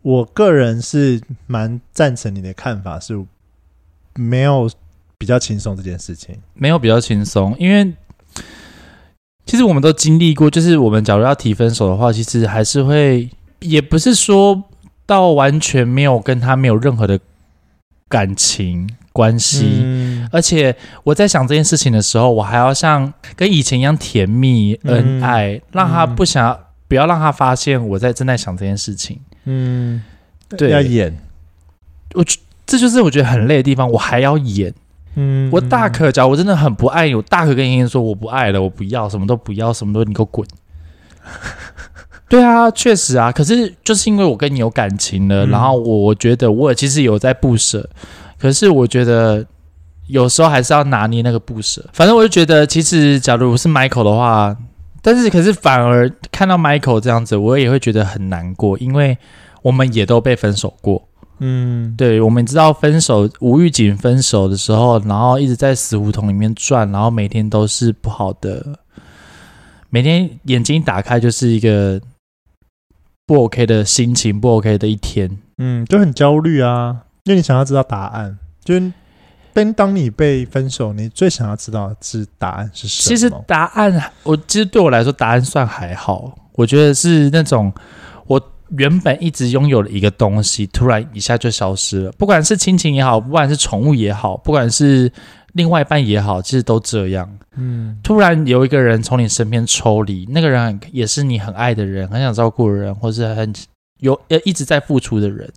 我个人是蛮赞成你的看法，是没有比较轻松这件事情。没有比较轻松，因为其实我们都经历过，就是我们假如要提分手的话，其实还是会，也不是说到完全没有跟他没有任何的感情关系。嗯，而且我在想这件事情的时候，我还要像跟以前一样甜蜜嗯恩爱，让他嗯不想、不要让他发现我在正在想这件事情。嗯对要演。我觉这就是我觉得很累的地方，我还要演。嗯我大可假如我真的很不爱你，我大可跟妍妍说我不爱了，我不要，什么都不要，什么都你给我滚。 对啊，确实啊，可是就是因为我跟你有感情了，嗯然后我我觉得我其实有在不舍，可是我觉得有时候还是要拿捏那个不舍。反正我就觉得，其实假如我是 Michael 的话，但是可是反而看到 Michael 这样子，我也会觉得很难过，因为我们也都被分手过。嗯，对，我们知道分手无预警分手的时候，然后一直在死胡同里面转，然后每天都是不好的，每天眼睛打开就是一个不 OK 的心情，不 OK 的一天。嗯，就很焦虑啊，因为你想要知道答案，就是当当你被分手，你最想要知道的是答案是什么。其实答案，我其实对我来说答案算还好，我觉得是那种我原本一直拥有的一个东西，突然一下就消失了，不管是亲情也好，不管是宠物也好，不管是另外一半也好，其实都这样。嗯突然有一个人从你身边抽离，那个人很也是你很爱的人，很想照顾的人，或是很有呃一直在付出的人。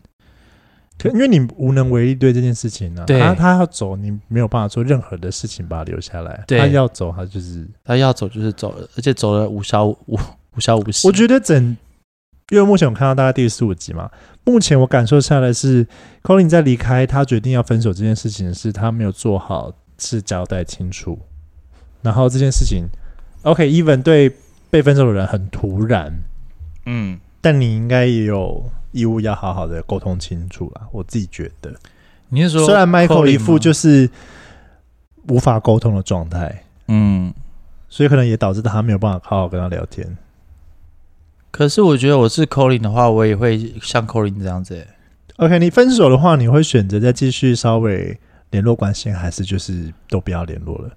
可因为你无能为力对这件事情呢、啊，对他他要走，你没有办法做任何的事情把他留下来。对他要走，他就是他要走就是走了，而且走了无消无无消无息。我觉得整，因为目前我看到大概第十五集嘛，目前我感受下来是，Colin 在离开他决定要分手这件事情，是他没有做好是交代清楚，然后这件事情，OK，even、对被分手的人很突然，嗯，但你应该也有义务要好好的沟通清楚啦，我自己觉得，你是说虽然 Michael 一副就是是无法沟通的状态，嗯，所以可能也导致他没有办法好好跟他聊天。可是我觉得我是 Colin 的话，我也会像 Colin 这样子、欸。 OK，你分手的话，你会选择再继续稍微联络关系，还是就是都不要联络了？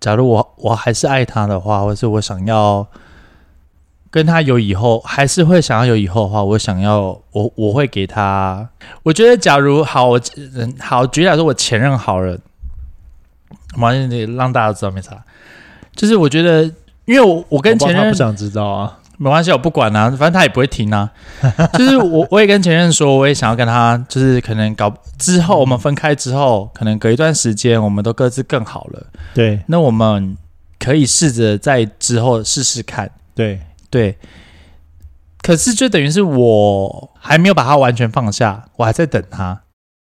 假如我我还是爱他的话，或是我想要跟他有以后，还是会想要有以后的话，我想要我我会给他。我觉得假如好，我嗯好举例来说，我前任好了，马上得让大家知道没啥。就是我觉得，因为我我跟我前怕他任不想知道啊。没关系，我不管啊，反正他也不会停啊。 就是我，我也跟前任说，我也想要跟他，就是可能搞之后我们分开之后，可能隔一段时间，我们都各自更好了。对那我们可以试着在之后试试看，对，对。可是就等于是我还没有把他完全放下，我还在等他，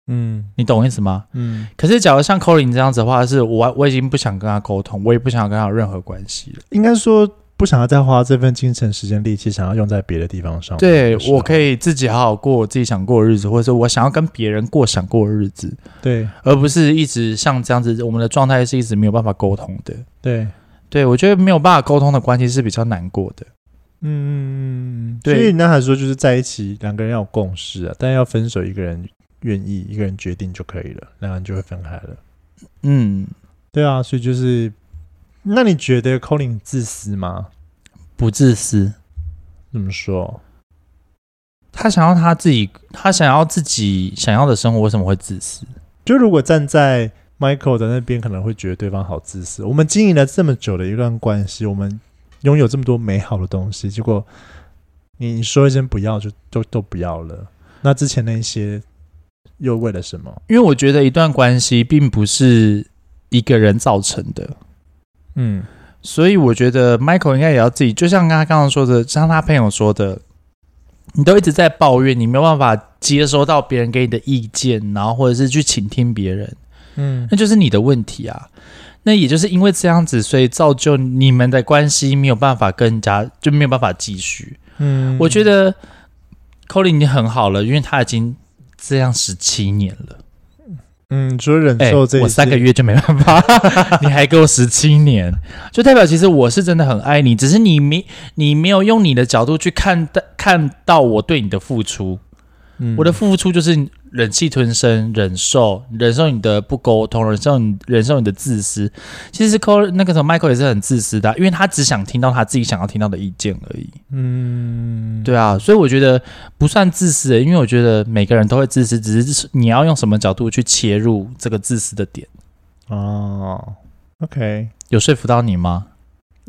嗯你懂我意思吗？嗯，可是假如像 Colin 这样子的话，是我我已经不想跟他沟通，我也不想跟他有任何关系了。应该说不想要再花这份精神、时间、力气，想要用在别的地方上。对是啊我可以自己好好过我自己想过的日子，或者是我想要跟别人过想过的日子，对而不是一直像这样子，我们的状态是一直没有办法沟通的。对，对我觉得没有办法沟通的关系是比较难过的。嗯，对所以那还说就是在一起，两个人要有共识啊，但要分手，一个人愿意一个人决定就可以了，两个人就会分开了。嗯，对啊，所以就是，那你觉得 Colin 自私吗？不自私，怎么说？他想要他自己，他想要自己想要的生活，为什么会自私？就如果站在 Michael 的那边，可能会觉得对方好自私。我们经营了这么久的一段关系，我们拥有这么多美好的东西，结果你你说一声不要就都都不要了，那之前那些又为了什么？因为我觉得一段关系并不是一个人造成的，嗯所以我觉得 Michael 应该也要自己，就像他刚刚说的，像他朋友说的，你都一直在抱怨，你没有办法接收到别人给你的意见，然后或者是去倾听别人，嗯那就是你的问题啊。那也就是因为这样子，所以造就你们的关系没有办法跟人家就没有办法继续。嗯我觉得 Colin 已经很好了，因为他已经这样十七年了。嗯，除了忍哎、受这、我三个，月就没办 法，你还给我十七年，就代表其实我是真的很爱你，只是你没你没有用你的角度去看待看到我对你的付出。嗯我的付出就是忍气吞声、忍受、忍受你的不沟通、忍受你忍受你的自私。其实 Colin 那个时候 Michael 也是很自私的啊、因为他只想听到他自己想要听到的意见而已。嗯，对啊，所以我觉得不算自私、欸，因为我觉得每个人都会自私，只是你要用什么角度去切入这个自私的点。哦，OK，有说服到你吗？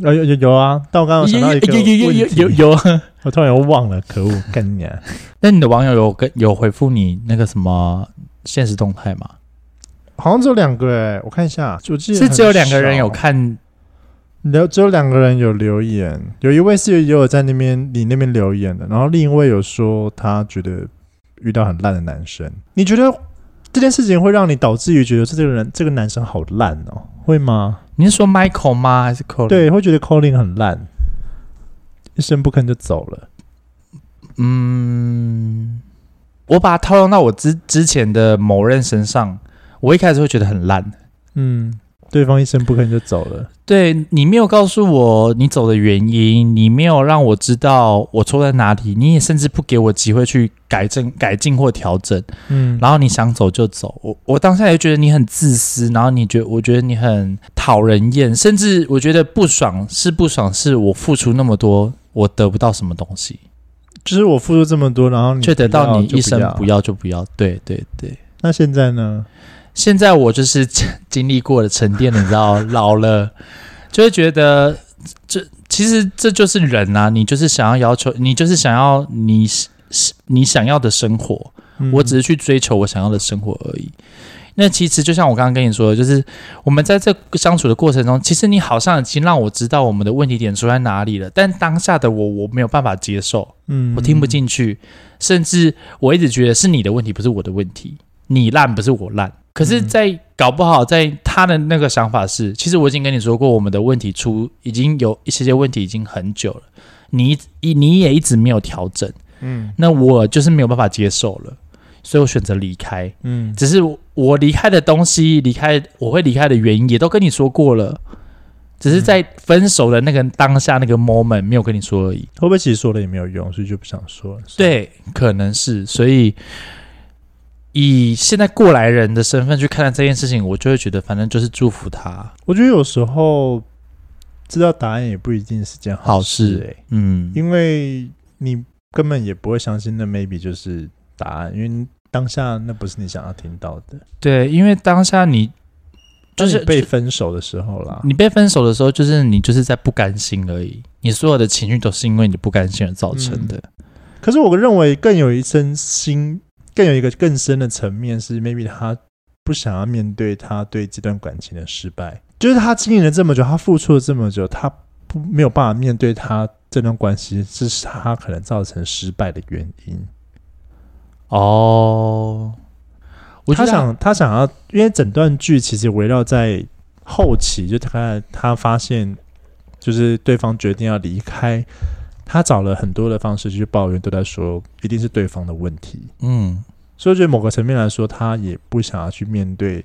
呃有有有啊，但我刚刚有想到一有个有有问题有有有。我突然又忘了，可恶，干你、啊！ 那你的网友有跟有回复你那个什么现实动态吗？好像只有两个哎、我看一下，我记得是只有两个人有看。看，留只有两个人有留言，有一位是也有在那边你那边留言的，然后另一位有说他觉得遇到很烂的男生。你觉得这件事情会让你导致于觉得这个人这个男生好烂哦，会吗？你是说 Michael 吗？还是 Colin？，对，会觉得 Colin 很烂，一声不吭就走了。嗯，我把它套用到我之之前的某任身上，我一开始会觉得很烂。嗯，对方一声不吭就走了。对你没有告诉我你走的原因，你没有让我知道我错在哪里，你也甚至不给我机会去改正、改进或调整，嗯，然后你想走就走。我我当下也觉得你很自私，然后你觉我觉得你很讨人厌，甚至我觉得不爽是不爽，是我付出那么多，我得不到什么东西，就是我付出这么多，然后你却得不到要你就一声不要。要就不要。对对对，那现在呢？现在我就是 经历过了沉淀了，你知道， 老了就会觉得这其实这就是人啊，你就是想要要求，你就是想要你你想要的生活，嗯我只是去追求我想要的生活而已。那其实就像我刚刚跟你说的，就是我们在这个相处的过程中，其实你好像已经让我知道我们的问题点出在哪里了，但当下的我我没有办法接受，嗯我听不。进去，甚至我一直觉得是你的问题，不是我的问题，你烂不是我烂。可是，嗯在搞不好，在他的那个想法是，其实我已经跟你说过，我们的问题出已经有一些些问题已经很久了，你一你也一直没有调整，嗯那我就是没有办法接受了，所以我选择离开。嗯只是我离开的东西，离开我会离开的原因也都跟你说过了，只嗯是在分手的那个当下那个 moment 没有跟你说而已。会不会其实说了也没有用，所以就不想说了？算了，对，可能是，所以以现在过来人的身份去看待这件事情，我就会觉得，反正就是祝福他，我觉得有时候知道答案也不一定是件好事、事欸，嗯，因为你根本也不会相信那 maybe 就是答案，因为当下那不是你想要听到的。对，因为当下你就是当你被分手的时候啦，你被分手的时候，就是你就是在不甘心而已，你所有的情绪都是因为你不甘心而造成的，嗯可是我认为更有一层心，更有一个更深的层面是 maybe 他不想要面对他对这段感情的失败，就是他经营了这么久，他付出了这么久，他不没有办法面对他这段关系，这是他可能造成失败的原因。哦。我觉他得想他想要，因为整段剧其实围绕在后期，就他他发现就是对方决定要离开，他找了很多的方式去抱怨，都在说一定是对方的问题。嗯，所以我觉得某个层面来说，他也不想要去面对，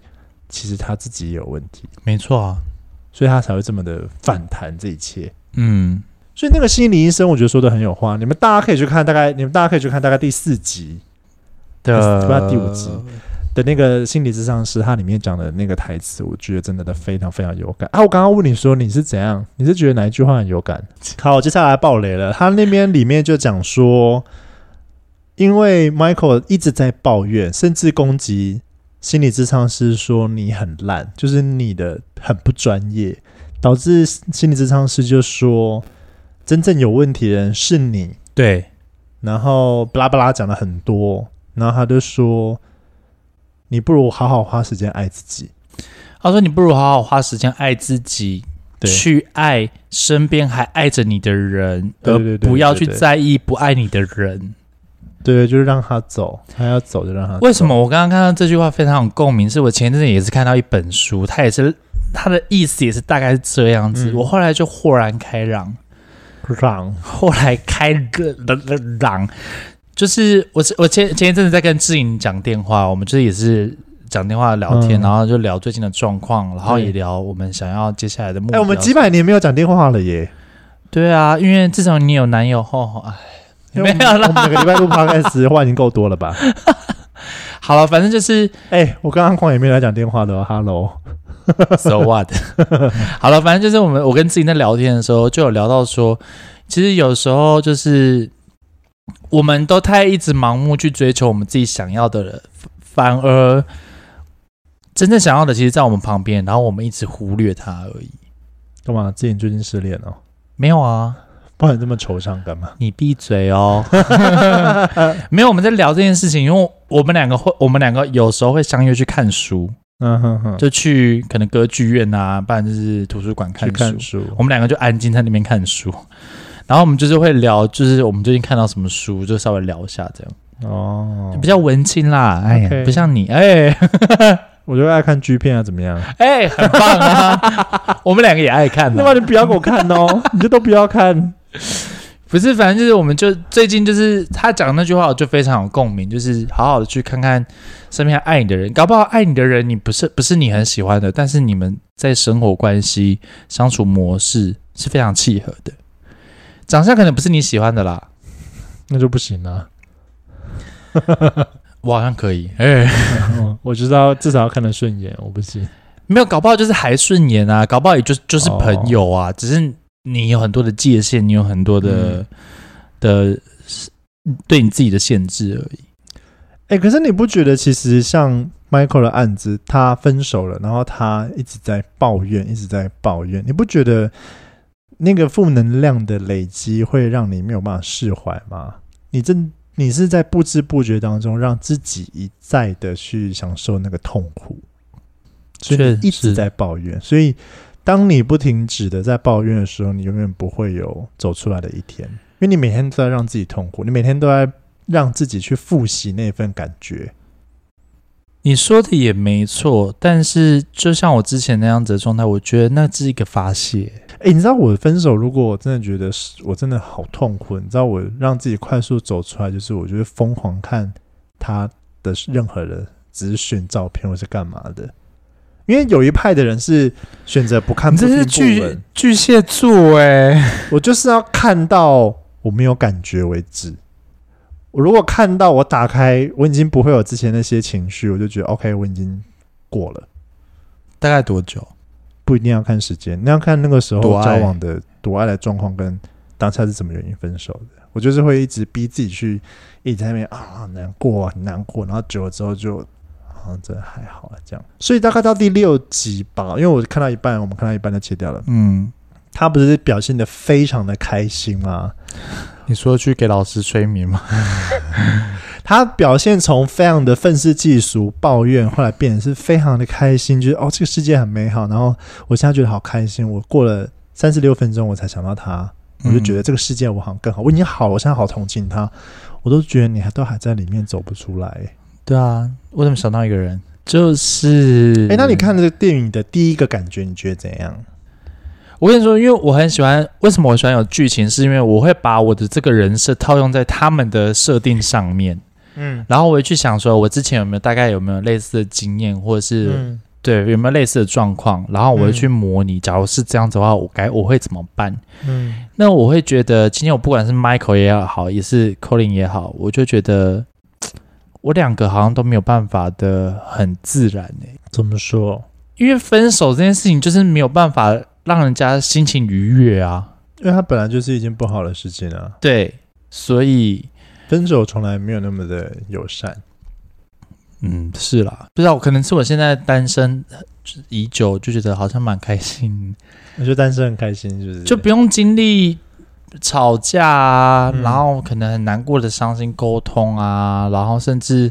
其实他自己也有问题，没错啊，所以他才会这么的反弹这一切。嗯，所以那个心理医生，我觉得说的很有话。你们大家可以去看，大概你们大家可以去看大概第四集，不知道第五集的那个心理智商师，他里面讲的那个台词，我觉得真的都非常非常有感啊！我刚刚问你说你是怎样，你是觉得哪一句话很有感？好，接下来爆雷了，他那边里面就讲说，因为 Michael 一直在抱怨，甚至攻击心理智商师说你很烂，就是你的很不专业，导致心理智商师就说，真正有问题的人是你，对，然后巴拉巴拉讲了很多，然后他就说：“你不如好好花时间爱自己。他说你不如好好花时间爱自己，对去爱身边还爱着你的人，对对对而对不要去对对在意不爱你的人。”对，就是让他走，他要走就让他走。为什么我刚刚看到这句话非常有共鸣？是我前阵子也是看到一本书，它也是它的意思也是大概是这样子。嗯我后来就豁然开朗， 让？后来开个朗，就是我是我前前一阵子在跟志颖讲电话，我们就是也是讲电话聊天，嗯然后就聊最近的状况，然后也对聊我们想要接下来的目哎、标。我们几百年没有讲电话了耶！对啊，因为自从你有男友后，哎，没因为有我们我们啦。每个礼拜录 podcast 话已经够多了 吧？好了，反正就是哎、我刚刚空也没有来讲电话的哦，Hello。 so what？好了，反正就是我们我跟自己在聊天的时候，就有聊到说，其实有时候就是我们都太一直盲目去追求我们自己想要的了，反而真正想要的其实在我们旁边，然后我们一直忽略它而已。干嘛？自己最近失恋哦？没有啊，不然这么惆怅干嘛？你闭嘴 哦！没有，我们在聊这件事情，因为我们两个会，我们两个有时候会相约去看书，嗯哼哼，就去可能歌剧院啊，不然就是图书馆看去书。看书。我们两个就安静在那边看书，然后我们就是会聊，就是我们最近看到什么书，就稍微聊一下这样，哦 就，比较文青啦。哎呀 OK 不像你，哎我就爱看 G 片啊，怎么样？哎，很棒啊！ 我们两个也爱看那么的，你不要给我看哦， 你就都不要看。不是，反正就是我们就最近就是他讲的那句话，我就非常有共鸣，就是好好的去看看身边爱你的人，搞不好爱你的人你不是不是你很喜欢的，但是你们在生活关系相处模式是非常契合的，长相可能不是你喜欢的啦。那就不行啊了、我好像可以，哎、嗯，我知道，至少要看得顺眼，我不信。没有，搞不好就是还顺眼啊，搞不好也就就是朋友啊，只是你有很多的界限，你有很多的、的呃对你自己的限制而已。哎、可是你不觉得其实像 Michael 的案子，他分手了，然后他一直在抱怨，一直在抱怨，你不觉得那个负能量的累积会让你没有办法释怀吗？你正你是在不知不觉当中让自己一再的去享受那个痛苦，所以确你一实直在抱怨，所以当你不停止的在抱怨的时候，你永远不会有走出来的一天，因为你每天都在让自己痛苦，你每天都在让自己去复习那份感觉。你说的也没错，但是就像我之前那样子的状态，我觉得那是一个发泄。哎、你知道我分手，如果我真的觉得是我真的好痛苦，你知道我让自己快速走出来，就是我就会疯狂看他的任何的资讯、照片或是干嘛的。因为有一派的人是选择不看你不这听是不巨闻，巨蟹座哎、我就是要看到我没有感觉为止。我如果看到我打开，我已经不会有之前那些情绪，我就觉得 OK，我已经过了。大概多久？不一定要看时间，你要看那个时候多交爱往的多爱的状况跟当下是怎么原因分手的。我就是会一直逼自己去，一直在那边啊很难过啊很难过，然后久了之后就好像真的还好了这样。所以大概到第六集吧，因为我看到一半，我们看到一半就切掉了。嗯，他不是表现的非常的开心吗？你说去给老师催眠吗？他表现从非常的愤世嫉俗、抱怨，后来变得是非常的开心，就是哦，这个世界很美好。然后我现在觉得好开心，我过了三十六分钟我才想到他，我就嗯觉得这个世界我好像更好，我已经好了，我现在好同情他，我都觉得你还都还在里面走不出来。对啊，我怎么想到一个人？就是哎、那你看这个电影的第一个感觉，你觉得怎样？我跟你说，因为我很喜欢，为什么我喜欢有剧情？是因为我会把我的这个人设套用在他们的设定上面，嗯然后我会去想说，我之前有没有大概有没有类似的经验，或者是、嗯对有没有类似的状况，然后我会去模拟，假如是这样子的话，我该我会怎么办？嗯，那我会觉得，今天我不管是 Michael 也好，也是 Colin 也好，我就觉得嘖我两个好像都没有办法的很自然诶、怎么说？因为分手这件事情就是没有办法让人家心情愉悦啊。因为它本来就是一件不好的事情啊，对，所以分手从来没有那么的友善。嗯，是啦，不知道可能是我现在单身呃已久，就觉得好像蛮开心，我觉得单身很开心，是不是？就不用经历吵架啊，嗯然后可能很难过的伤心沟通啊，然后甚至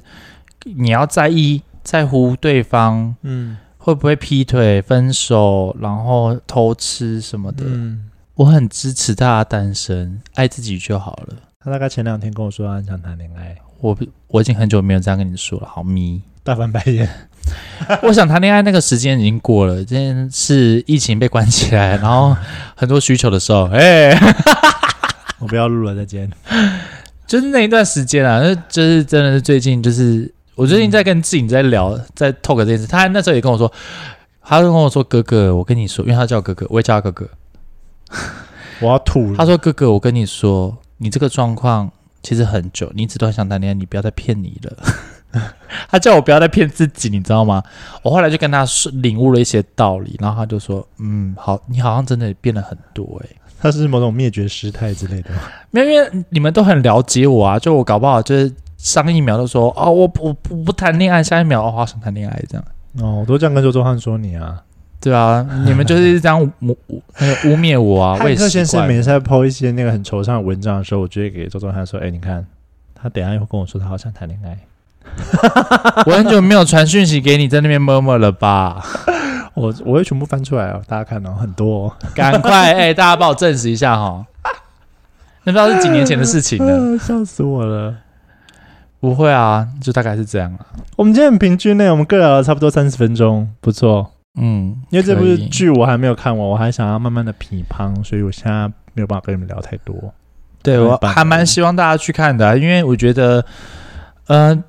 你要在意在乎对方嗯会不会劈腿、分手，然后偷吃什么的。嗯，我很支持大家单身，爱自己就好了。他大概前两天跟我说他很想谈恋爱，我不我已经很久没有这样跟你说了，好 迷。大翻白眼。我想谈恋爱那个时间已经过了，今天是疫情被关起来，然后很多需求的时候，哎、我不要录了，再见。就是那一段时间啊，那就是真的是最近，就是我最近在跟志颖在聊，在 talk 这件事。他那时候也跟我说，他就跟我说：“哥哥，我跟你说，因为他叫哥哥，我也叫他哥哥。我要吐了。他说：‘哥哥，我跟你说，你这个状况其实很久，你一直都很想谈恋爱，你不要再骗你了。’ 他叫我不要再骗自己，你知道吗？我后来就跟他说领悟了一些道理，然后他就说：‘嗯，好，你好像真的变了很多、欸，他是某种灭绝师太之类的吗。没有，因为你们都很了解我啊，就我搞不好就是上一秒就说哦，我不我不不谈恋爱，下一秒哦，好想谈恋爱这样，哦，我都这样跟周周汉说你啊。对啊，你们就是这样污污污那个污蔑我啊，我汉也克先习生惯每了。次在 PO 一些那个很惆怅的文章的时候，我就会给周周汉说：“哎、你看，他等一下又跟我说他好想谈恋爱。我很久没有传讯息给你，在那边摸摸了吧？ 我”我会全部翻出来哦，大家看哦，很多、 哦。赶快哎、大家帮我证实一下哈，那不知道是几年前的事情了。啊笑死我了！不会啊，就大概是这样啊。我们今天很平均呢，我们各聊了差不多三十分钟，不错。嗯，因为这可部以剧我还没有看完，我还想要慢慢的批判，所以我现在没有办法跟你们聊太多。对很我棒还蛮希望大家去看的啊、因为我觉得，呃，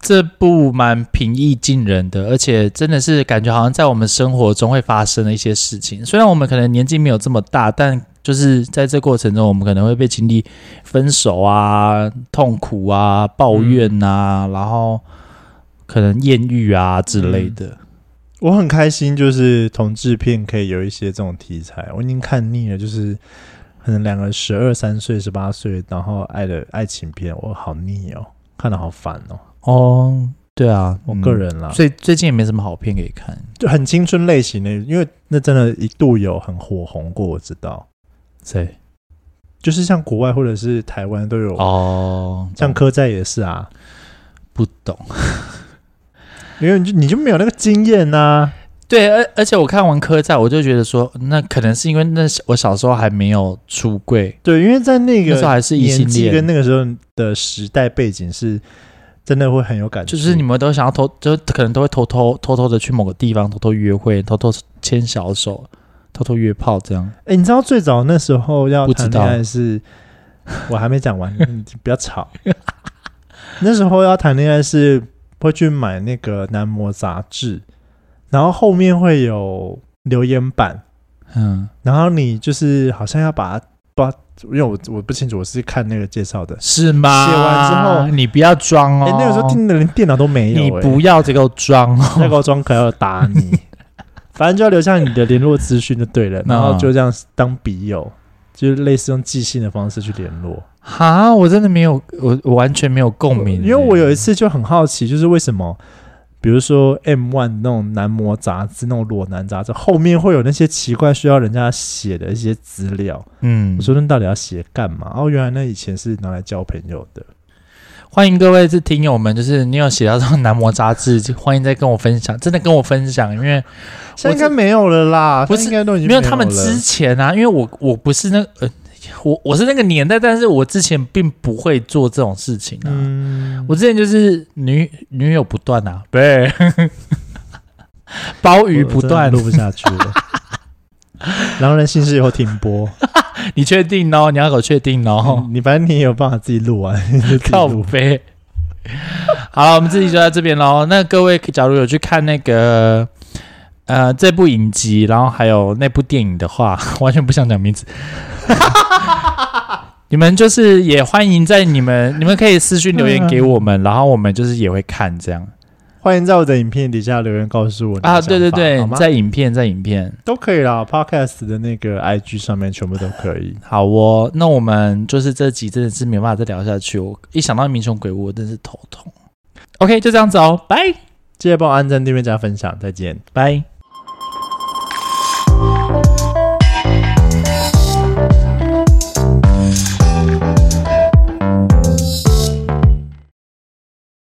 这部蛮平易近人的，而且真的是感觉好像在我们生活中会发生的一些事情。虽然我们可能年纪没有这么大，但就是在这过程中，我们可能会被经历分手啊、痛苦啊、抱嗯怨啊，然后可能艳遇啊之类嗯的。我很开心，就是同志片可以有一些这种题材，我已经看腻了，就是可能两个十二三岁、十八岁，然后爱的爱情片，我好腻哦，看的好烦哦。哦，对啊，我嗯个、人啦，所以最近也没什么好片可以看。就很青春类型的，因为那真的一度有很火红过，我知道，谁？就是像国外或者是台湾都有，哦，像科在也是啊，不懂。因为你就你就没有那个经验啊呐、对，而而且我看完《科战》，我就觉得说，那可能是因为那时我小时候还没有出柜，对，因为在那那时候个还是异年性纪跟恋，那个时候的时代背景是真的会很有感触，就是你们都想要偷，就可能都会偷偷偷偷的去某个地方偷偷约会，偷偷牵小手，偷偷约炮这样。哎、你知道最早那时候要不知谈恋道爱是，我还没讲完，你不要吵。 那时候要谈恋爱是会去买那个男模杂志，然后后面会有留言板，嗯，然后你就是好像要把它把，因为我我不清楚，我是看那个介绍的。是吗？写完之后你不要装哎、哦。那个时候订的连电脑都没有、欸你诶不要这个装哦。 那个装可要打你，反正就要留下你的联络资讯就对嗯了，然后就这样当笔友，就是类似用寄信的方式去联络。哈，我真的没有，我我完全没有共鸣，欸因为我有一次就很好奇，就是为什么，比如说 M One 那种男模杂志、那种裸男杂志，后面会有那些奇怪需要人家写的一些资料。嗯我，说那到底要写干嘛？哦，原来那以前是拿来交朋友的。欢迎各位是听友们，就是你有写到这种 男模杂志，就欢迎再跟我分享，真的跟我分享，因为。现在应该没有了啦，不是现在应该都已经没有有他们了之前啊，因为我我不是那个呃，我我是那个年代，但是我之前并不会做这种事情啊。嗯，我之前就是女女友不断啊，不是， 包鱼不我断真的。录不下去 了。狼人信是有停播，嗯你确定哦？你要搞确定哦？你你反正你也有办法自己录完，你就自己靠录。背。好了，我们自己就在这边喽。那各位，假如有去看那个呃这部影 集，然后还有那部电影的话，完全不想讲名字。 你们就是也欢迎在你们，你们可以私信留言给我们，然后我们就是也会看这样欢迎在我的影片底下留言告诉我你的啊。想对对法对好，吗？在影片，在影片。都可以啦，Podcast 的那个 IG 上面全部都可以。好哦，那我们就是这集真的是没有办法再聊下去，我一想到民雄鬼屋，我真是头痛。OK，就这样子哦，拜记得帮我按赞、订阅、加分享，再见。拜。